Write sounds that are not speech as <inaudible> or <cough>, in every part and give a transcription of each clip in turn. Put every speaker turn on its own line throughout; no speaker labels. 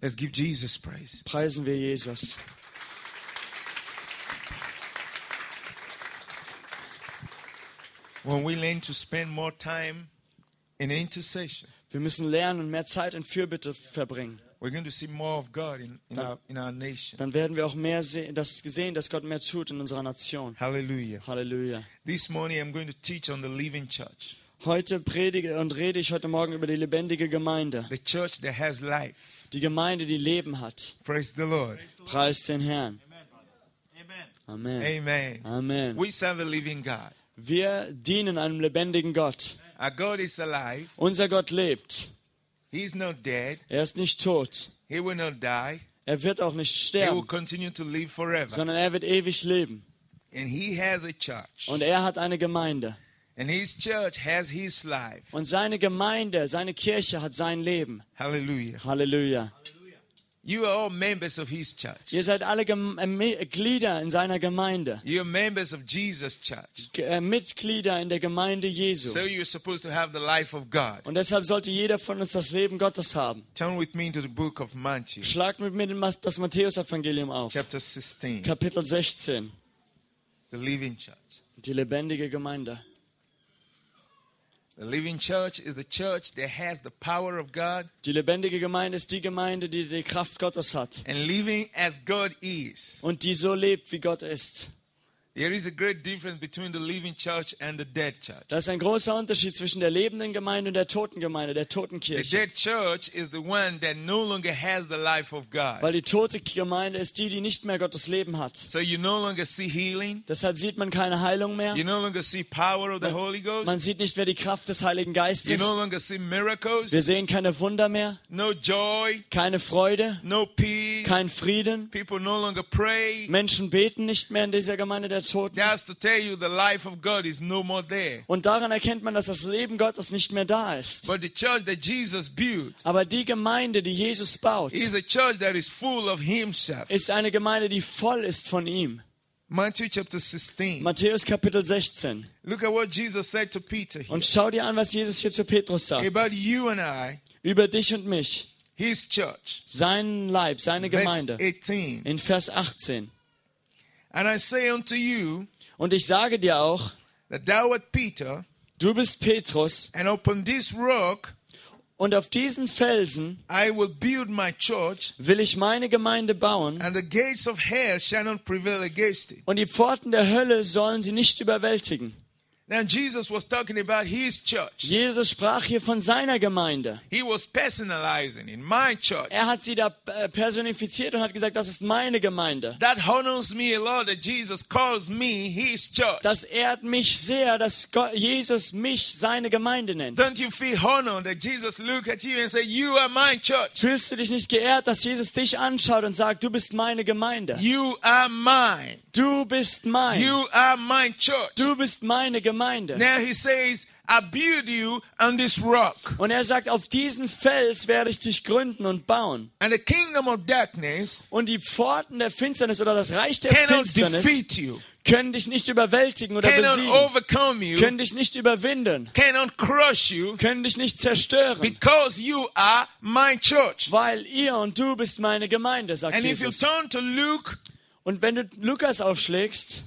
Let's give Jesus praise.
preisen wir Jesus.
When we learn to spend more time in intercession,
Wir müssen lernen und mehr Zeit in Fürbitte verbringen.
we're going to see more of God in, in, our, in our nation.
Dann werden wir auch mehr se das sehen, dass Gott mehr tut in unserer Nation.
Hallelujah.
Halleluja.
This morning I'm going to teach on the living church,
Heute predige und rede ich heute Morgen über die lebendige Gemeinde.
the church that has life.
Die Gemeinde, die Leben hat.
Praise the Lord.
Preist den Herrn. Amen.
Amen.
Amen.
We serve a living God.
Wir dienen einem lebendigen Gott.
Our God is alive.
Unser Gott lebt.
He's not dead.
Er ist nicht tot.
He will not die.
Er wird auch nicht
He will
sterben,
continue to live forever.
sondern er wird ewig leben.
And He has a church.
Und er hat eine Gemeinde.
And His church has His life.
Und seine Gemeinde, seine Kirche hat sein Leben.
Hallelujah.
Halleluja.
You are all members of His church.
Ihr seid alle Gem äh, Mi- Glieder in seiner Gemeinde.
You're members of Jesus' church.
G äh, Mitglieder in der Gemeinde Jesu.
So you're supposed to have the life of God.
Und deshalb sollte jeder von uns das Leben Gottes haben.
Turn with me to the book of Matthew,
Schlagt mit mir den Mas- das Matthäusevangelium auf.
chapter 16,
Kapitel 16.
the living church.
Die lebendige Gemeinde.
The living church is the church that has the power of God
Die lebendige Gemeinde ist die Gemeinde, die die Kraft Gottes hat.
and living as God is.
Und die so lebt, wie Gott ist.
There is a great difference between the living church and the dead church.
Da ist ein großer Unterschied zwischen der lebenden Gemeinde und der toten Gemeinde, der toten
The
Kirche.
dead church is the one that no longer has the life of God.
Weil die tote Gemeinde ist die, die nicht mehr Gottes Leben hat.
So you no longer see healing,
Deshalb sieht man keine Heilung mehr.
you no longer see power of the Holy
Man
Ghost,
sieht nicht mehr die Kraft des Heiligen
you
Geistes.
no longer see miracles,
Wir sehen keine Wunder mehr,
no joy,
keine Freude,
no peace.
kein Frieden.
People no longer pray.
Menschen beten nicht mehr in dieser Gemeinde der Toten.
Just to tell you, the life of God is no more there.
Und daran erkennt man, dass das Leben Gottes nicht mehr da ist.
But the church that Jesus built
Aber die Gemeinde, die Jesus baut,
is a church that is full of Himself.
ist eine Gemeinde, die voll ist von ihm.
Matthew chapter 16.
Matthäus Kapitel 16.
Look at what Jesus said to Peter here.
Und schau dir an, was Jesus hier zu Petrus sagt.
about you and I,
Über dich und mich,
His church.
seinen Leib, seine
Verse
Gemeinde.
18.
In Vers 18.
And I say unto you
Und ich sage dir auch,
that thou art Peter,
du bist Petrus,
and upon this rock
und auf diesen Felsen
I will build my church,
will ich meine Gemeinde bauen,
and the gates of hell shall not prevail against it.
und die Pforten der Hölle sollen sie nicht überwältigen.
Now, Jesus was talking about His church.
Jesus sprach hier von seiner Gemeinde.
He was personalizing in my church.
Er hat sie da äh, personifiziert und hat gesagt, das ist meine Gemeinde.
That honors me a lot that Jesus calls me his church.
Das ehrt mich sehr, dass Gott, Jesus mich seine Gemeinde nennt.
Don't you feel honored that Jesus look at you and say, You are my church.
Fühlst du dich nicht geehrt, dass Jesus dich anschaut und sagt, du bist meine Gemeinde.
You are mine.
Du bist mein.
You are my church.
Du bist meine Gemeinde.
Now he says, I build you on this rock.
Und er sagt, auf diesen Fels werde ich dich gründen und bauen.
And the kingdom of darkness
Und die Pforten der Finsternis oder das Reich der
cannot
Finsternis
defeat you,
können dich nicht überwältigen oder
cannot
besiegen,
overcome you,
können dich nicht überwinden,
cannot crush you,
können dich nicht zerstören,
because you are my church.
weil ihr und du bist meine Gemeinde, sagt
And if you
Jesus.
turn to Luke,
Und wenn du Lukas aufschlägst,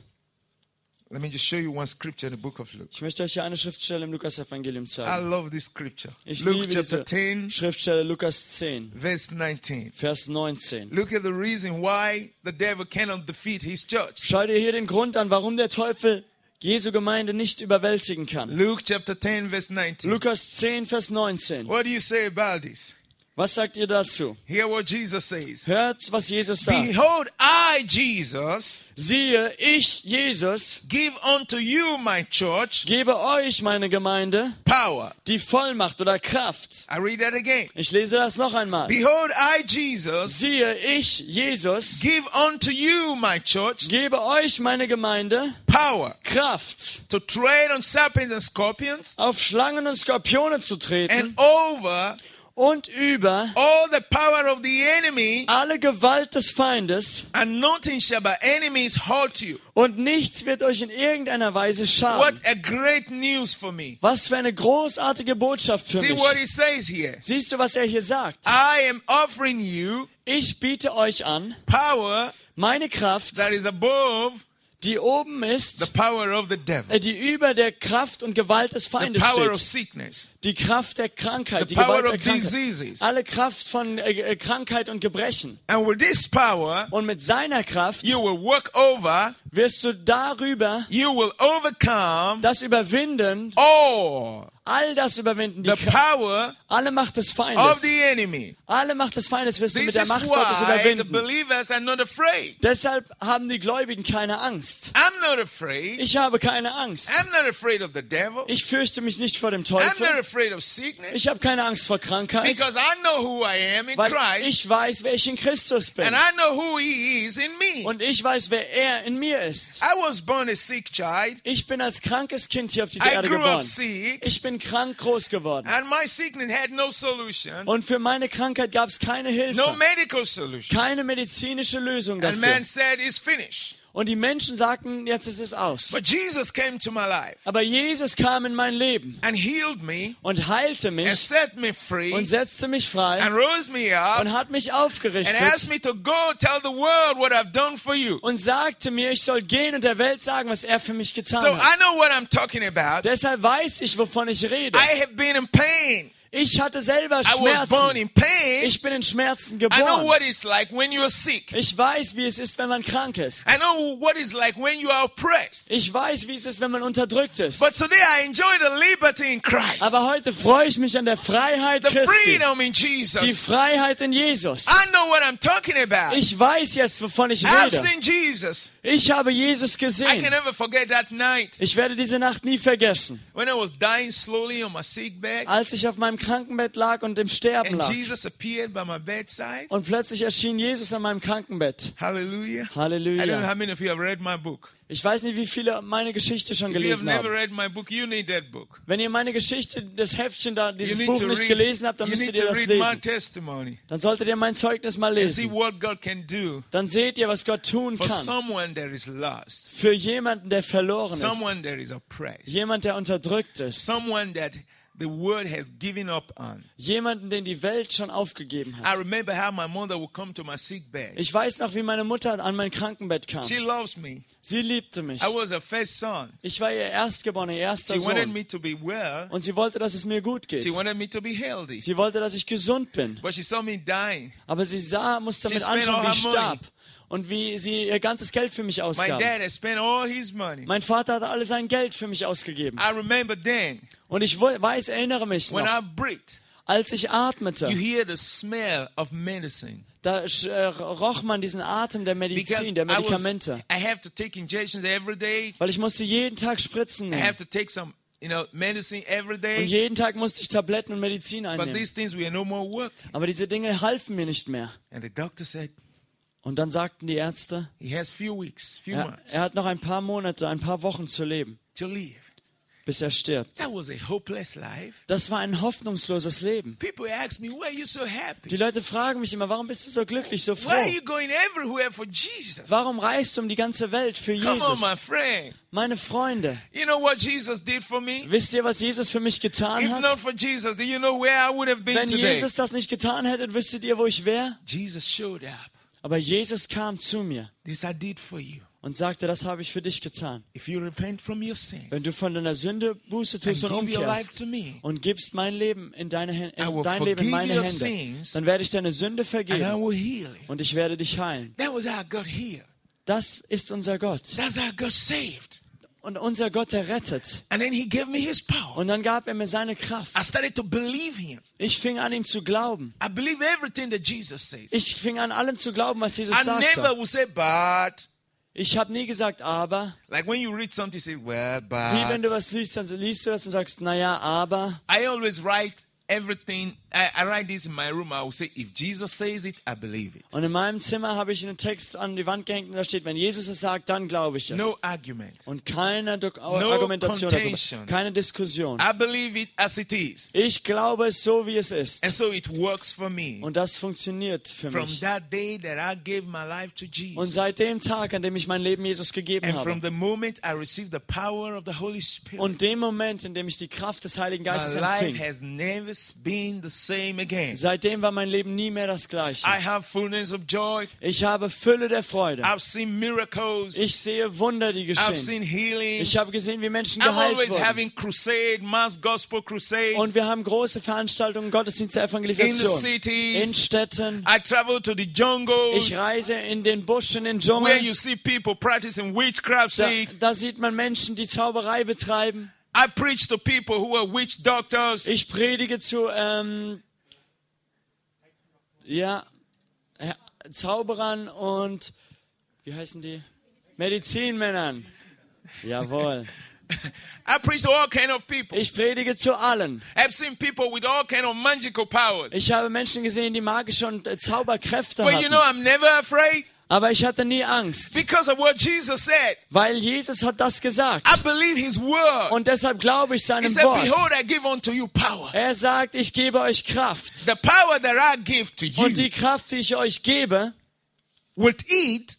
let me just show you one scripture in the book of Luke.
ich möchte euch hier eine Schriftstelle im Lukas-Evangelium
I
zeigen.
love this scripture.
Ich
Luke
liebe
chapter
diese
10,
Schriftstelle Lukas 10,
verse 19.
Vers 19.
Look at the reason why the devil cannot defeat his church.
Schau dir hier den Grund an, warum der Teufel Jesu Gemeinde nicht überwältigen kann.
Luke chapter 10, verse 19.
Lukas 10, Vers 19.
What do you say about this?
Was sagt ihr dazu?
Hear what Jesus says.
Hört, was Jesus sagt.
Behold, I, Jesus,
Siehe, ich, Jesus,
give unto you my church
gebe euch meine Gemeinde
power.
die Vollmacht oder Kraft.
I read that again.
Ich lese das noch einmal.
Behold, I, Jesus,
Siehe, ich, Jesus,
give unto you my church
gebe euch meine Gemeinde
power
Kraft,
to tread on serpents and scorpions
auf Schlangen und Skorpione zu
and
treten
over
und über
all the power of the enemy,
alle Gewalt des Feindes
and nothing shall by any means halt you.
und nichts wird euch in irgendeiner Weise
What
schaden.
a great news for me.
Was für eine großartige Botschaft für
See what
mich.
he says here.
Siehst du, was er hier sagt?
I am offering you
Ich biete euch an,
power
meine Kraft,
that is above
die oben
the
ist,
power of the devil,
äh, die über der Kraft und Gewalt des
the
Feindes
power of
steht.
sickness,
Die Kraft der Krankheit, die
power
Gewalt
of
der Krankheit.
diseases.
Alle Kraft von äh, äh, Krankheit und Gebrechen.
and with this power,
Und mit seiner Kraft
you will walk over,
wirst du darüber
you will overcome
das überwinden,
all
all das überwinden, die
the
Kraft,
power
alle Macht des
of
Feindes.
the enemy.
Alle Macht des Feindes wirst du mit
This
der
is
Macht Gottes
why the
überwinden.
believers are not afraid.
Deshalb haben die Gläubigen keine Angst.
I'm not afraid.
Ich habe keine Angst.
I'm not afraid of the devil.
Ich fürchte mich nicht vor dem
I'm not
Teufel.
afraid of sickness
Ich habe keine Angst vor Krankheit,
because I know who I am in
weil
Christ
ich weiß, wer ich in Christus bin.
and I know who he is in me.
Und ich weiß, wer er in mir ist.
I was born a sick child.
Ich bin als krankes Kind hier auf dieser
I
Erde
grew up
geboren.
sick
Ich bin krank groß geworden.
and my sickness had no solution,
Und für meine Krankheit gab es keine
no
Hilfe,
medical solution.
keine medizinische Lösung
And
dafür.
man said, it's finished.
Und die Menschen sagten, jetzt ist es aus.
But Jesus came to my life
Aber Jesus kam in mein Leben
and healed me
und heilte
and
mich
set me
und
free
setzte mich frei
and rose me up
und hat mich
and
aufgerichtet
asked me to go tell the world what I've done for you.
und sagte mir, ich soll gehen und der Welt sagen, was er für mich getan
So
hat.
I know what I'm talking about.
Deshalb weiß ich, wovon ich rede.
I have been in pain.
Ich hatte selber
I was born
Schmerzen.
in pain.
Ich bin in Schmerzen
I know
geboren.
what it's like when you're sick.
Ich weiß, wie es ist, wenn man krank ist.
I know what it's like when you are oppressed.
Ich weiß, wie es ist, wenn man unterdrückt ist.
But today I enjoy the liberty in Christ,
Aber heute freue ich mich an der Freiheit
the
Christi.
freedom in
Die
Jesus. Ah.
Freiheit in Jesus.
I know what I'm talking about.
Ich weiß jetzt, wovon ich
I've
rede.
seen Jesus.
Ich habe Jesus
I can
gesehen.
never forget that night
Ich werde diese Nacht nie vergessen,
when I was dying slowly on my sick bed,
als ich auf meinem Krankenbett lag und im Sterben
and
lag.
Jesus appeared by my bedside.
Und plötzlich erschien Jesus an meinem Krankenbett.
Hallelujah. I don't know
Halleluja.
how many of you have read my book.
Ich weiß nicht, wie viele meine Geschichte schon
If you have
gelesen
never read
haben.
my book, you need that book.
Wenn ihr meine Geschichte, das Heftchen da,
You
dieses
need
Buch
to
nicht
read,
gelesen habt, dann
you need
müsstet ihr
to
das
read my
lesen.
testimony.
Dann solltet ihr mein Zeugnis mal
and see
lesen.
what God can do
Dann seht ihr, was Gott tun
for
kann.
someone that is lost,
Für jemanden, der verloren ist.
someone that is oppressed,
Jemand, der unterdrückt ist.
someone that the world has given up on.
Jemanden, den die Welt schon aufgegeben
I
hat.
remember how my mother would come to my sick bed.
Ich weiß noch, wie meine Mutter an mein Krankenbett kam.
She loves me.
Sie liebte mich.
I was her first son.
Ich war ihr Erstgeborener, ihr erster
She wanted
Sohn.
me to be well.
Und sie wollte, dass es mir gut geht.
She wanted me to be healthy.
Sie wollte, dass ich gesund bin.
But she saw me dying.
Aber sie sah, musste
She
mit
spent
anschauen,
all
wie ich
her money.
starb. Und wie sie ihr ganzes Geld für mich
My
ausgab.
dad had spent all his money.
Mein Vater hat alles sein Geld für mich ausgegeben.
I remember then
Und ich wo- weiß, erinnere mich
when I
noch,
breathed,
als ich
you
atmete,
hear the smell of medicine.
da sch- äh, roch man diesen Atem der
Because
Medizin, der
I, was-
Medikamente.
I have to take injections every day.
Weil ich musste jeden Tag Spritzen
I
nehmen.
have to take some, you know, medicine every
Und
day.
jeden Tag musste ich Tabletten und Medizin
But
einnehmen.
these things were no more work.
Aber diese Dinge halfen mir nicht mehr.
And the doctor said
Und dann sagten die Ärzte,
he has few weeks, few
er,
months
er hat noch ein paar Monate, ein paar Wochen zu leben,
to live.
bis er stirbt.
That was a hopeless life.
Das war ein hoffnungsloses Leben.
People ask me, "Why are you so happy?
Die Leute fragen mich immer, warum bist du so glücklich, so
Why are
froh?
you going everywhere for Jesus?"
Warum reist du um die ganze Welt für
Come on,
Jesus?
my friend.
Meine Freunde,
You know what Jesus did for me?
wisst ihr, was Jesus für mich getan
If
hat?
not for Jesus, do you know where I would have been
Wenn
today?
Uh-huh. Jesus das nicht getan hätte, wüsstet ihr, wo ich wäre?
Jesus showed up.
Aber Jesus kam zu mir
This I did for you.
und sagte, das habe ich für dich getan.
If you repent from your sin
Wenn du von deiner Sünde Buße
and
tust und
give your life
umkehrst
to me,
und gibst mein Leben in deine Hände,
I will
dein Leben in
forgive
meine
your
Hände,
sins
dann werde ich deine Sünde
and I
vergeben
will heal you.
und ich werde dich heilen.
That was how I got healed.
Das ist unser Gott.
That's how I got saved.
Und unser Gott, der rettet.
And then he gave me his power.
Und dann gab er mir seine
I
Kraft.
started to believe him.
Ich fing an, ihm zu glauben.
I believe everything that Jesus says.
Ich fing an, allem zu glauben, was Jesus
I never
sagte.
will say, but.
Ich habe nie gesagt, aber.
Like when you read something, you say, well,
Wie wenn du
but.
was liest, dann liest du das und sagst, naja, aber.
I always write everything. I, I write this in my room. I will say, if Jesus says it, I believe it.
Und in meinem Zimmer habe ich einen Text an die Wand gehängt und da steht, wenn Jesus es sagt, dann glaube ich es.
No argument.
Und keine Dok Argumentation
contention.
darüber, keine Diskussion.
I believe it as it is.
Ich glaube es so, wie es ist.
And so it works for me.
Und das funktioniert für
From
mich.
that day that I gave my life to
Und
Jesus,
seit dem Tag, an dem ich mein Leben Jesus gegeben
and from
habe,
the moment I received the power of the Holy Spirit,
und dem Moment, in dem ich die Kraft des Heiligen
my
Geistes
life
empfing,
has never been the same again.
seitdem war mein Leben nie mehr das gleiche.
I have fullness of joy.
Ich habe Fülle der Freude.
I've seen miracles.
Ich sehe Wunder, die
I've
geschehen.
seen healings.
Ich habe gesehen, wie Menschen
I'm
geheilt
always
wurden.
having crusade, mass gospel crusade.
Und wir haben große Veranstaltungen, Gottesdienst der
in the
Evangelisation. In
cities.
Städten.
I travel to the jungles
Ich reise in den Busch, in den
where
Dschungel.
you see people practicing witchcraft.
Da,
See,
da sieht man Menschen, die Zauberei betreiben.
I preach to people who are witch doctors.
Ich predige zu, ähm, ja, Herr- Zauberern und, wie heißen die? Medizinmännern. Jawohl.
I preach to all kind of people.
Ich predige zu allen.
I've seen people with all kind of magical powers.
Ich habe Menschen gesehen, die magische und äh, Zauberkräfte
But you know,
hatten.
I'm never afraid
Aber ich hatte nie Angst,
because of what Jesus said.
weil Jesus hat das gesagt.
I believe His word.
Und deshalb glaube ich
He
seinem
said,
Wort.
"Behold, I give unto you power."
Er sagt, ich gebe euch Kraft.
The power that I give to
Und die
you,
Kraft, die ich euch gebe,
with it,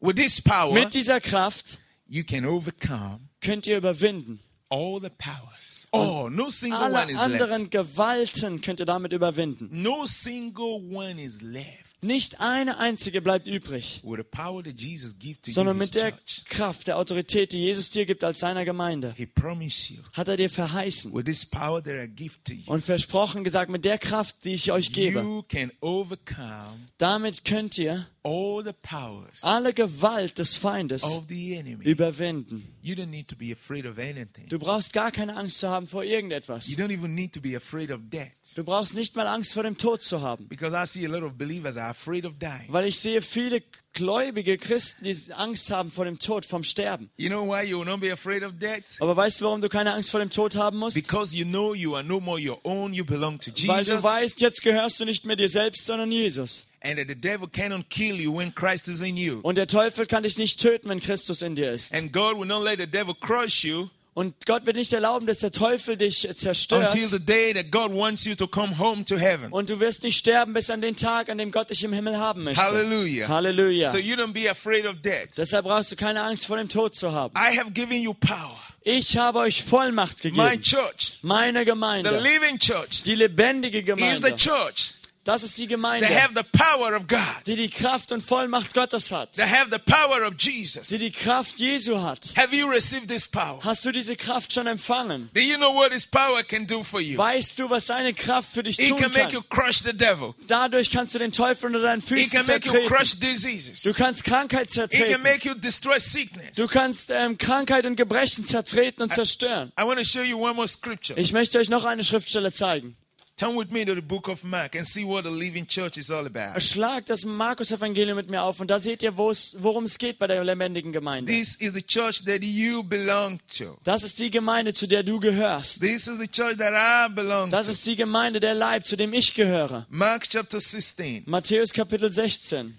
with this power,
mit dieser Kraft
you can overcome
könnt ihr überwinden.
all the powers. Oh, no single one
Alle
is left.
anderen Gewalten könnt ihr damit überwinden.
No single one is left
Nicht eine einzige bleibt übrig,
with the power that Jesus gives to you,
sondern
his
mit der
church.
Kraft, der Autorität, die Jesus dir gibt als seiner Gemeinde,
He promised you,
hat er dir verheißen
with this power that I give to you,
und versprochen gesagt, mit der Kraft, die ich euch gebe,
you can overcome
damit könnt ihr
all the powers
alle Gewalt des Feindes
of the enemy.
überwinden.
You don't need to be afraid of anything.
Du brauchst gar keine Angst zu haben vor
You
irgendetwas.
don't even need to be afraid of death.
Du brauchst nicht mal Angst vor dem Tod zu haben,
Because I see a lot of believers are afraid of dying.
weil ich sehe viele gläubige Christen, die Angst haben vor dem Tod, vom Sterben.
You know why you will not be afraid of death?
Aber weißt du, warum du keine Angst vor dem Tod haben musst?
Because you know you are no more your own, you belong to
Weil du
Jesus,
weißt, jetzt gehörst du nicht mehr dir selbst, sondern Jesus.
and that the devil cannot kill you when Christ is in you.
Und der Teufel kann dich nicht töten, wenn Christus in dir ist.
And God will not let the devil crush you
Und Gott wird nicht erlauben, dass der Teufel dich zerstört.
until the day that God wants you to come home to heaven.
Und du wirst nicht sterben bis an den Tag, an dem Gott dich im Himmel haben möchte.
Hallelujah.
Halleluja.
So you don't be afraid of death.
Deshalb brauchst du keine Angst vor dem Tod zu haben.
I have given you power.
Ich habe euch Vollmacht
My
gegeben.
church,
Meine
the
Gemeinde,
living church,
die lebendige
is the
Gemeinde,
church.
das ist die Gemeinde,
They have the power of God.
die die Kraft und Vollmacht Gottes hat,
They have the power of
die
Jesus.
die Kraft Jesu hat.
Have you received this power?
Hast du diese Kraft schon empfangen?
Do you know what this power can do for you?
Weißt du, was seine Kraft für dich
It
tun
can make you
kann?
crush the devil.
Dadurch kannst du den Teufel unter deinen
It
Füßen
can make you
zertreten.
crush diseases.
Du kannst Krankheit
It can
zertreten.
make you destroy sickness.
Du kannst ähm, Krankheit und Gebrechen zertreten und zerstören.
I want to show you one more scripture.
Ich möchte euch noch eine Schriftstelle zeigen.
Turn with me to the book of Mark and see what the living church is all about.
Schlag das Markus-Evangelium mit mir auf und da seht ihr, wo es- worum es geht bei der lebendigen Gemeinde.
This is the church that you belong to.
Das ist die Gemeinde, zu der du gehörst.
This is the church that I belong
Das
to.
ist die Gemeinde, der Leib, zu dem ich gehöre.
Mark chapter 16.
Matthäus Kapitel 16.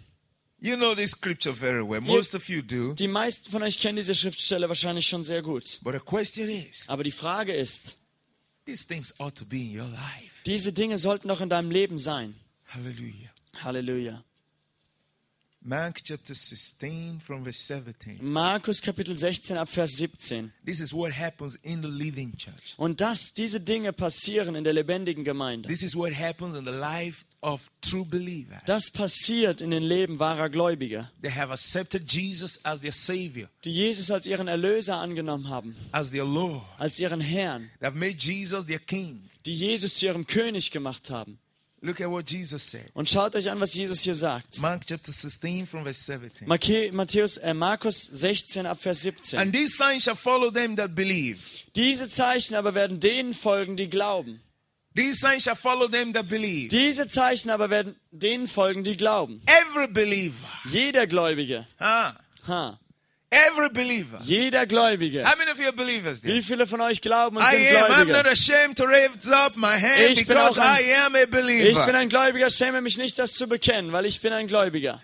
You know this scripture very well. Most of you do.
Die meisten von euch kennen diese Schriftstelle wahrscheinlich schon sehr gut.
But the question is,
Aber die Frage ist,
these things ought to be in your life.
diese Dinge sollten doch in deinem Leben sein.
Hallelujah.
Halleluja.
Mark chapter 16 from verse 17.
Markus Kapitel 16 ab Vers 17.
This is what happens in the living church.
Und dass diese Dinge passieren in der lebendigen Gemeinde.
This is what happens in the life of true believers.
Das passiert in den Leben wahrer Gläubiger,
They have accepted Jesus as their Savior,
die Jesus als ihren Erlöser angenommen haben,
as their Lord.
als ihren Herrn,
They've made Jesus their King.
die Jesus zu ihrem König gemacht haben.
Look at what Jesus said.
Und schaut euch an, was Jesus hier sagt.
Mark chapter 16 from verse 17.
Marke- Matthäus, äh, Markus 16 ab Vers 17.
And these signs shall follow them that believe.
Diese Zeichen aber werden denen folgen, die glauben.
These signs shall follow them that believe.
Diese Zeichen aber werden denen folgen, die glauben.
Every believer.
Jeder Gläubige.
Ah,
Ha.
Every believer.
Jeder Gläubige.
How many of you are believers? There?
Wie viele von euch glauben und
I
sind
am. I'm not
Gläubige?
ashamed to raise up my hand
Ich bin
because
auch ein-
I am a
Ich bin
believer.
ein Gläubiger, schäme mich nicht, das zu bekennen, weil ich bin ein Gläubiger.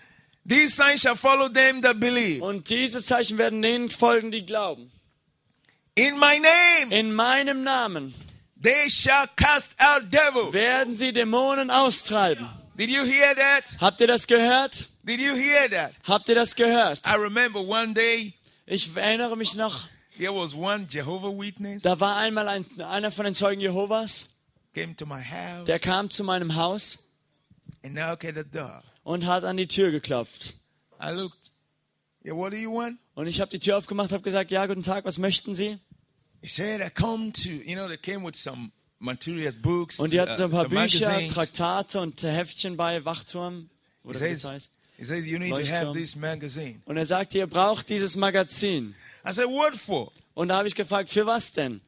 These signs shall follow them that believe.
Und diese Zeichen werden denen folgen, die glauben.
In my name,
In meinem Namen
they shall cast out devils.
werden sie Dämonen austreiben.
Did you hear that?
Habt ihr das gehört?
Did you hear that?
Habt ihr das gehört?
I remember one day
Ich erinnere mich noch,
there was one Jehovah Witness
da war einmal ein, einer von den Zeugen Jehovas,
came to my house
der kam zu meinem Haus
and knocked at the door.
und hat an die Tür geklopft.
I looked. Yeah, what do you want?
Und ich habe die Tür aufgemacht, habe gesagt, ja, guten Tag, was möchten Sie?
He said, I come to, you know, they came with some materials, books, uh,
Und die hatten so ein paar
some
Bücher,
magazines.
Traktate und Heftchen bei, Wachturm,
He
oder wie das
says,
heißt.
he says, you need to
Leuchtturm.
have this magazine.
Und er sagte, ihr braucht dieses Magazin.
I said, what for?
Und da habe ich gefragt, für was denn?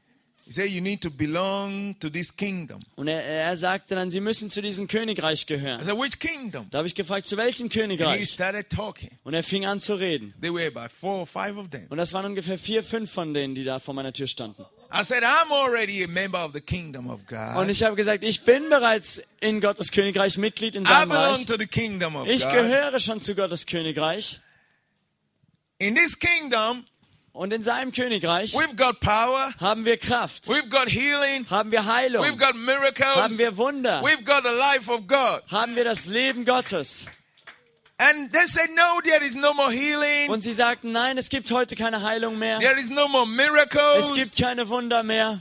He said, you need to belong to this kingdom.
Und er, er sagte dann, sie müssen zu diesem Königreich
I
gehören.
said, which kingdom?
Da habe ich gefragt, zu welchem
And he
Königreich?
started talking.
Und er fing an zu reden.
There were about four or five of them.
Und das waren ungefähr vier, fünf von denen, die da vor meiner Tür standen.
I said, I'm already a member of the kingdom of
Und
God.
ich habe gesagt, ich bin bereits in Gottes Königreich Mitglied in
I
seinem
belong
Reich.
to the kingdom of
Ich
God.
gehöre schon zu Gottes Königreich.
In this kingdom,
Und in seinem Königreich
we've got power,
haben wir Kraft,
we've got healing,
haben wir
we've
Heilung,
got
haben
miracles,
wir Wunder,
we've got the life of God.
haben wir das Leben Gottes.
And they said, No, there is no more healing,
Und sie sagten, nein, es gibt heute keine Heilung mehr.
there is no more
Es
miracles.
gibt keine Wunder mehr.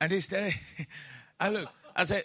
And they started, <laughs> I look, I said,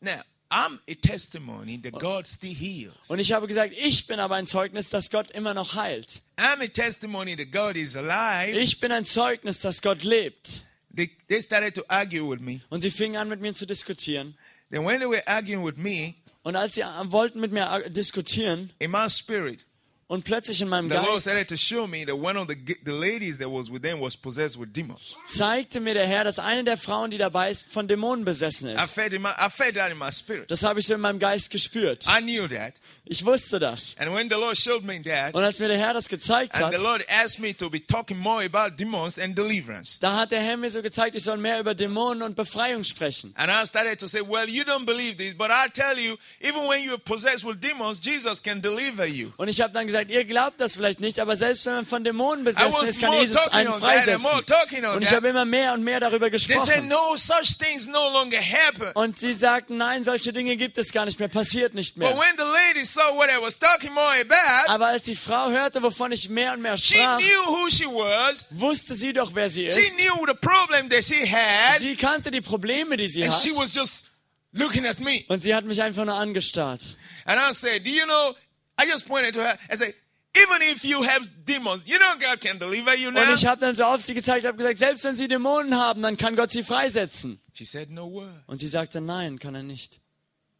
Now, I'm a testimony that God still heals.
Und ich habe gesagt, ich bin aber ein Zeugnis, dass Gott immer noch heilt.
I'm a testimony that God is alive.
Ich bin ein Zeugnis, dass Gott lebt.
They, they started to argue with me.
Und sie fingen an, mit mir zu diskutieren.
Then, when they were arguing with me,
Und als sie äh, wollten mit mir äh, diskutieren
in my spirit,
und plötzlich in meinem
the Lord
Geist
started to show me that one of the, g- the ladies that was with them was possessed with demons.
zeigte mir der Herr, dass eine der Frauen, die dabei ist, von Dämonen besessen
I
ist.
felt, in my, I felt that in my spirit.
Das habe ich so in meinem Geist gespürt.
I knew that.
Ich wusste das.
And when the Lord showed me that,
Und als mir der Herr das gezeigt
and
hat,
the Lord asked me to be talking more about demons and deliverance.
da hat der Herr mir so gezeigt, ich soll mehr über Dämonen und Befreiung sprechen.
And I started to say, Well, you don't believe this, but I tell you, even when you're possessed with demons, Jesus can deliver you.
Und ich habe dann gesagt, ihr glaubt das vielleicht nicht, aber selbst wenn man von Dämonen
I
besessen
was
ist, kann
more
Jesus
talking
einen
on that and
freisetzen.
more talking on
Und ich habe
that.
immer mehr und mehr darüber
They said,
gesprochen.
No, such things no longer happen.
Und sie sagten, nein, solche Dinge gibt es gar nicht mehr, passiert nicht
But
mehr.
when the lady saw what I was talking more about,
Aber als die Frau hörte, wovon ich mehr und mehr
she
sprach,
knew who she was,
wusste sie doch, wer sie
she
ist.
knew the problem that she had,
Sie kannte die Probleme, die sie
and
hat.
she was just looking at me.
Und sie hat mich einfach nur angestarrt.
And I said, Do you know? I just pointed to her. I said, Even if you have demons, you know God can deliver you
Und
now.
ich habe dann so auf sie gezeigt, habe gesagt, selbst wenn sie Dämonen haben, dann kann Gott sie freisetzen.
She said, No word.
Und sie sagte, nein, kann er nicht.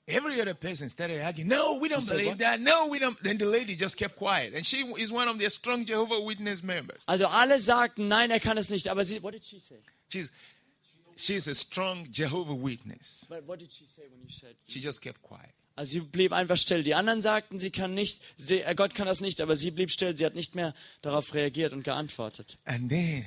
Every other person started arguing, no, we don't
said
believe
what?
that. No, we don't. Then the lady just kept quiet. And she is one of the strong Jehovah Witness members.
Also alle sagten, nein, er kann es nicht. Aber sie, what did she say?
She's, she's a strong Jehovah Witness.
But what did she say when you said?
She just kept quiet.
Also sie blieb einfach still. Die anderen sagten, sie kann nicht, sie, äh, Gott kann das nicht, aber sie blieb still. Sie hat nicht mehr darauf reagiert und geantwortet.
And then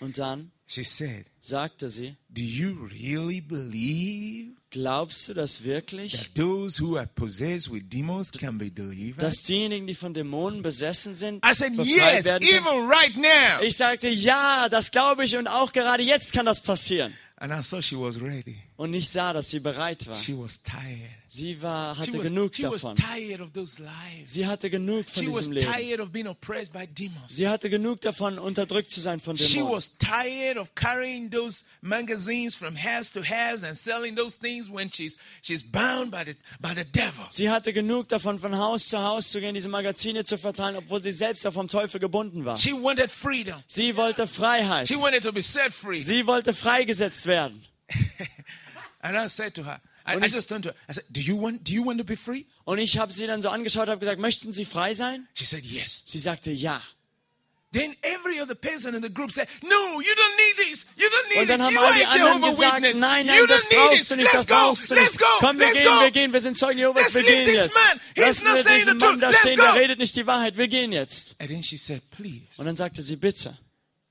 Und dann
she said,
sagte sie,
do you really believe
glaubst du das wirklich,
that those who are possessed with demons can be delivered?
dass diejenigen, die von Dämonen besessen sind,
I said,
befreit
yes,
werden können?
even right now.
Ich sagte, ja, das glaube ich und auch gerade jetzt kann das passieren.
And I saw she was ready.
Und ich sah, dass sie bereit war.
She was tired.
Sie war,
She
hatte
was,
genug
she was
davon.
tired of those lives.
Sie hatte genug von
She was
diesem Leben.
tired of being oppressed by demons.
Sie hatte genug davon, unterdrückt zu sein von
She
Dämonen.
was tired of carrying those magazines from house to house and selling those things when she's she's bound by the by the devil.
Sie hatte genug davon, von Haus zu Haus zu gehen, diese Magazine zu verteilen, obwohl sie selbst da vom Teufel gebunden war.
She wanted freedom.
Sie wollte Freiheit.
She wanted to be set free. <laughs>
Sie wollte freigesetzt werden.
And I said to her, I,
Und
I
ich-
just turned to her. I said, "Do you want do you want to be free?"
Und ich habe sie dann so angeschaut, habe gesagt, möchten Sie frei sein?
She said, "Yes."
Sie sagte, ja.
Then every other person in the group said, No, you don't need this. You don't need
Und dann
this.
haben
You
all die
ain't
anderen
Jehovah's
gesagt,
Witness.
nein,
you
nein, das
don't need
brauchst
this.
du
Let's
nicht, das
go.
brauchst du
Let's
nicht.
go.
Komm, wir
Let's
gehen,
go.
wir gehen, wir sind Zeugen Jehovas,
Let's
wir
leave
gehen
this
jetzt.
man. He's
Lassen
not
wir
saying
diesen
the
Mann
truth.
da
Let's
stehen,
go.
der redet nicht die Wahrheit, wir gehen jetzt.
And then she said, Please
Und dann sagte sie, bitte,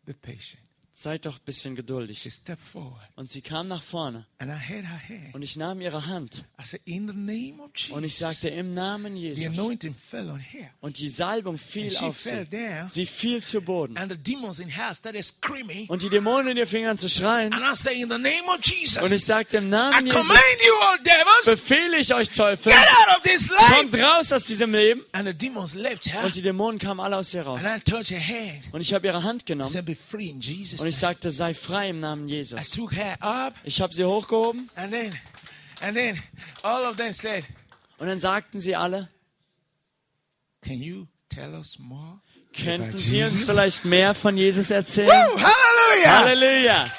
be patient.
seid doch ein bisschen geduldig.
She stepped forward
Und sie kam nach vorne
and I held her hand.
und ich nahm ihre Hand
I said, In the name of
und ich
Jesus.
sagte, im Namen
The
Jesus.
anointing fell on her.
Und die Salbung fiel
And she
auf
fell
sie.
down.
Sie fiel zu Boden.
And the demons in her started screaming.
Und die Dämonen in ihr fingen an zu schreien.
And I say, In the name of
Und ich
Jesus,
sagte, im
I
Namen Jesus
command you all devils,
befehle ich euch Teufel,
get out of this
kommt
life.
raus aus diesem Leben.
And the demons left her.
Und die Dämonen kamen alle aus ihr raus.
And I touched her hand.
Und ich habe ihre Hand
I
genommen
said, Be free in Jesus.
und ich
name."
sagte, sei frei im Namen
I
Jesus.
took her up.
Ich habe sie hochgehoben
And then, and then all of them said,
und dann sagten sie alle,
Can you tell us more?
könnten
about
Sie uns
Jesus?"
vielleicht mehr von Jesus erzählen?
Woo, hallelujah!
Halleluja!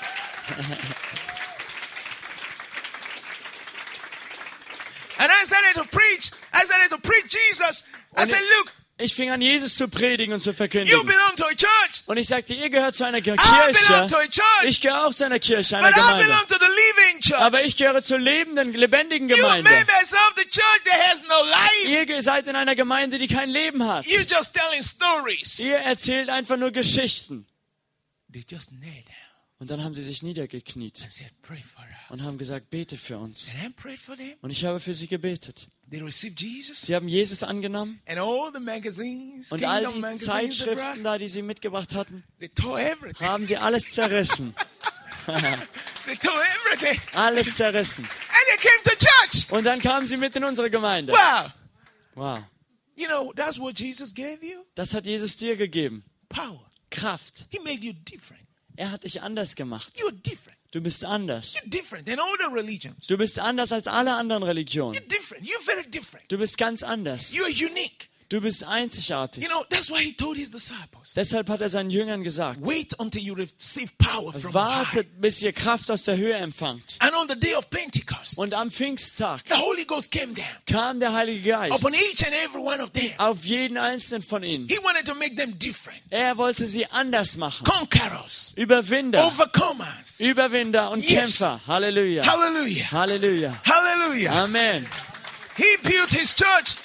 And I started to preach. I started to preach Jesus. I
Und
said, Look,
Ich fing an, Jesus zu predigen und zu
you
verkündigen.
belong to a church,
Und ich sagte, ihr gehört zu einer Ge-
I belong to
Kirche.
a church,
Ich gehöre auch zu einer Kirche, einer
but I
Gemeinde.
belong to the living
Aber
church.
ich gehöre zur lebenden, lebendigen
You
Gemeinde.
members of the church that has no life.
Ihr ge- seid in einer Gemeinde, die kein Leben hat.
You just telling stories.
Ihr erzählt einfach nur Geschichten.
They just knelt down
Und dann haben sie sich niedergekniet
and said, Pray for us.
und haben gesagt, bete für uns.
And I prayed for them.
Und ich habe für sie gebetet.
They received Jesus.
Sie haben Jesus angenommen
And all the magazines,
und all
kingdom
die
magazines, they,
Zeitschriften
brought,
da, die sie mitgebracht hatten,
they tore everything.
haben sie alles zerrissen.
They tore everything.
Alles zerrissen.
And they came to church.
Und dann kamen sie mit in unsere Gemeinde.
Wow.
Wow.
You know, that's what Jesus gave you
Das hat Jesus dir gegeben.
power.
Kraft.
He made you different.
Er hat dich anders gemacht.
You're different.
Du bist anders.
You're different than all the religions.
Du bist anders als alle anderen Religionen.
You're different. You're very different.
Du bist ganz anders.
You're unique.
Du bist einzigartig.
You know, that's why he told his disciples
Deshalb hat er seinen Jüngern gesagt,
wait until you receive power from on high.
wartet, bis ihr Kraft aus der Höhe empfangt.
And on the day of Pentecost,
Und am Pfingsttag
the Holy Ghost came down
kam der Heilige Geist
upon each and every one of them.
auf jeden einzelnen von ihnen.
He wanted to make them different,
Er wollte sie anders machen.
conquerors,
Überwinder,
overcomers.
Überwinder und
Oh, Yes.
Kämpfer. Halleluja.
Hallelujah.
Halleluja.
Hallelujah.
Amen.
He built his church,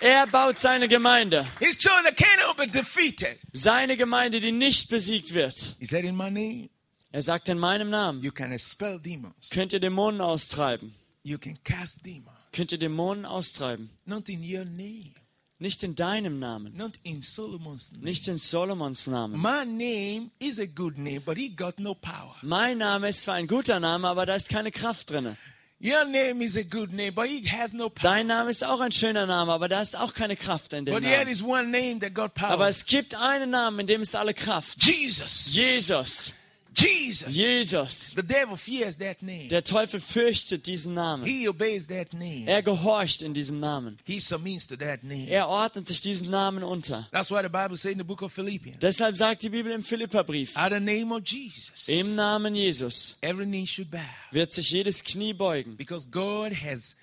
Er baut seine Gemeinde.
his church that cannot be defeated.
Seine Gemeinde, die nicht besiegt wird.
He said, In my name,
Er sagt, in meinem Namen
you can expel demons,
könnt ihr Dämonen austreiben.
you can cast demons.
Könnt ihr Dämonen austreiben.
Not in your name,
Nicht in deinem Namen.
not in Solomon's name.
Nicht in Solomons Namen.
My name is a good name, but he got no power.
Mein Name ist zwar ein guter Name, aber da ist keine Kraft drin.
Your name is a good name, but he has no power.
Dein Name ist auch ein schöner Name, aber da ist auch keine Kraft in dem
But there
Namen.
is one name that got
Aber
power.
es gibt einen Namen, in dem ist alle Kraft.
Jesus.
Jesus.
Jesus.
Jesus.
The devil fears that name.
Der Teufel fürchtet diesen Namen.
He obeys that name.
Er gehorcht in diesem Namen.
He submits to that name.
Er ordnet sich diesem Namen unter.
That's why the Bible says in the book of Philippians,
Deshalb sagt die Bibel im Philipperbrief,
at the name of Jesus,
im Namen Jesus
every knee should bow.
wird sich jedes Knie beugen,
Because God has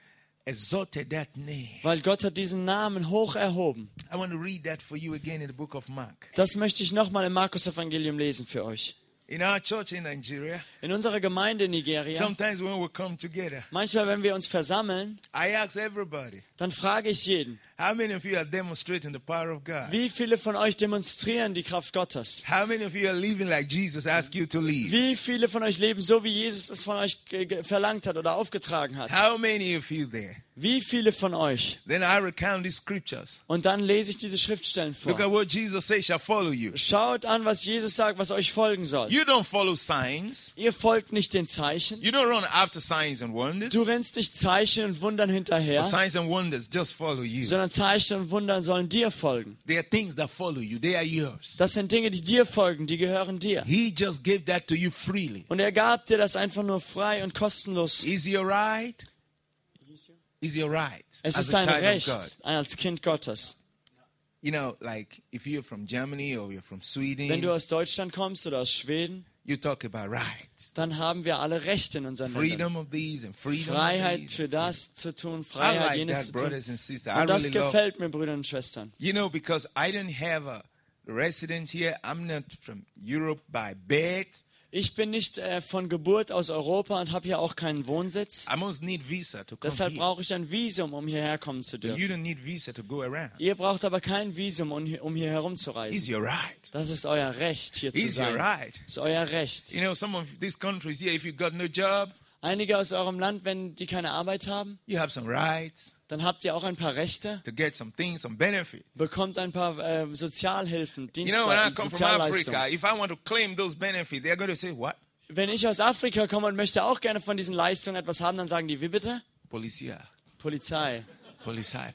exalted that name.
weil Gott hat diesen Namen hoch erhoben.
I want to read that for you again in the book of Mark.
Das möchte ich nochmal im Markus-Evangelium lesen für euch.
In our church in Nigeria,
In unserer Gemeinde in Nigeria,
sometimes when we come together,
manchmal wenn wir uns versammeln,
I ask everybody,
dann frage ich jeden,
how many of you are demonstrating the power of God?
wie viele von euch demonstrieren die Kraft Gottes?
How many of you are living like Jesus asked you to live?
Wie viele von euch leben so, wie Jesus es von euch ge- ge- verlangt hat oder aufgetragen hat?
How many of you there?
Wie viele von euch?
Then I recount these scriptures.
Und dann lese ich diese Schriftstellen
Look
vor.
at what Jesus says shall follow you.
Schaut an, was Jesus sagt, was euch folgen soll.
You don't follow signs.
Ihr folgt nicht den Zeichen.
You don't run after signs and wonders.
Du rennst nicht Zeichen und Wundern hinterher,
Signs and wonders just follow you.
sondern Zeichen und Wundern sollen dir folgen.
They are things that follow you. They are yours.
Das sind Dinge, die dir folgen, die gehören dir.
He just gave that to you freely.
Und er gab dir das einfach nur frei und kostenlos.
Is your right? Is your right
Es
as
ist
a
dein
child of God?
Recht als Kind Gottes.
You know, like if you're from Germany or you're from
Wenn du
Sweden,
aus Deutschland kommst oder aus Schweden,
you talk about rights,
dann haben wir alle Rechte in unseren Ländern.
freedom of these and freedom of
Freiheit
these.
für das zu tun,
I
Freiheit
like
jenes
that,
zu tun.
brothers and sisters. I
Und das
really love.
gefällt mir, Brüder und Schwestern.
You know, because I didn't have a resident here. I'm not from Europe by birth.
Ich bin nicht äh, von Geburt aus Europa und habe hier auch keinen Wohnsitz.
I must need visa to come
Deshalb
here.
brauche ich ein Visum, um hierher kommen zu dürfen.
You don't need visa to go around.
Ihr braucht aber kein Visum, um hier- um hier
It's
herumzureisen.
your right.
Das ist euer Recht, hier zu
It's your
sein.
right.
Das ist euer Recht.
You know, some of these countries here, if you got no job,
Einige aus eurem Land, wenn die keine Arbeit haben,
you have some rights
dann habt ihr auch ein paar Rechte,
to get some things, some benefit.
bekommt ein paar äh, Sozialhilfen,
You know, when I
Dienstleistungen,
come from Africa,
Sozialleistungen.
if I want to claim those benefits, they're going to say, what?
Wenn ich aus Afrika komme und möchte auch gerne von diesen Leistungen etwas haben, dann sagen die, wie bitte?
Policia.
Polizei.
Policai,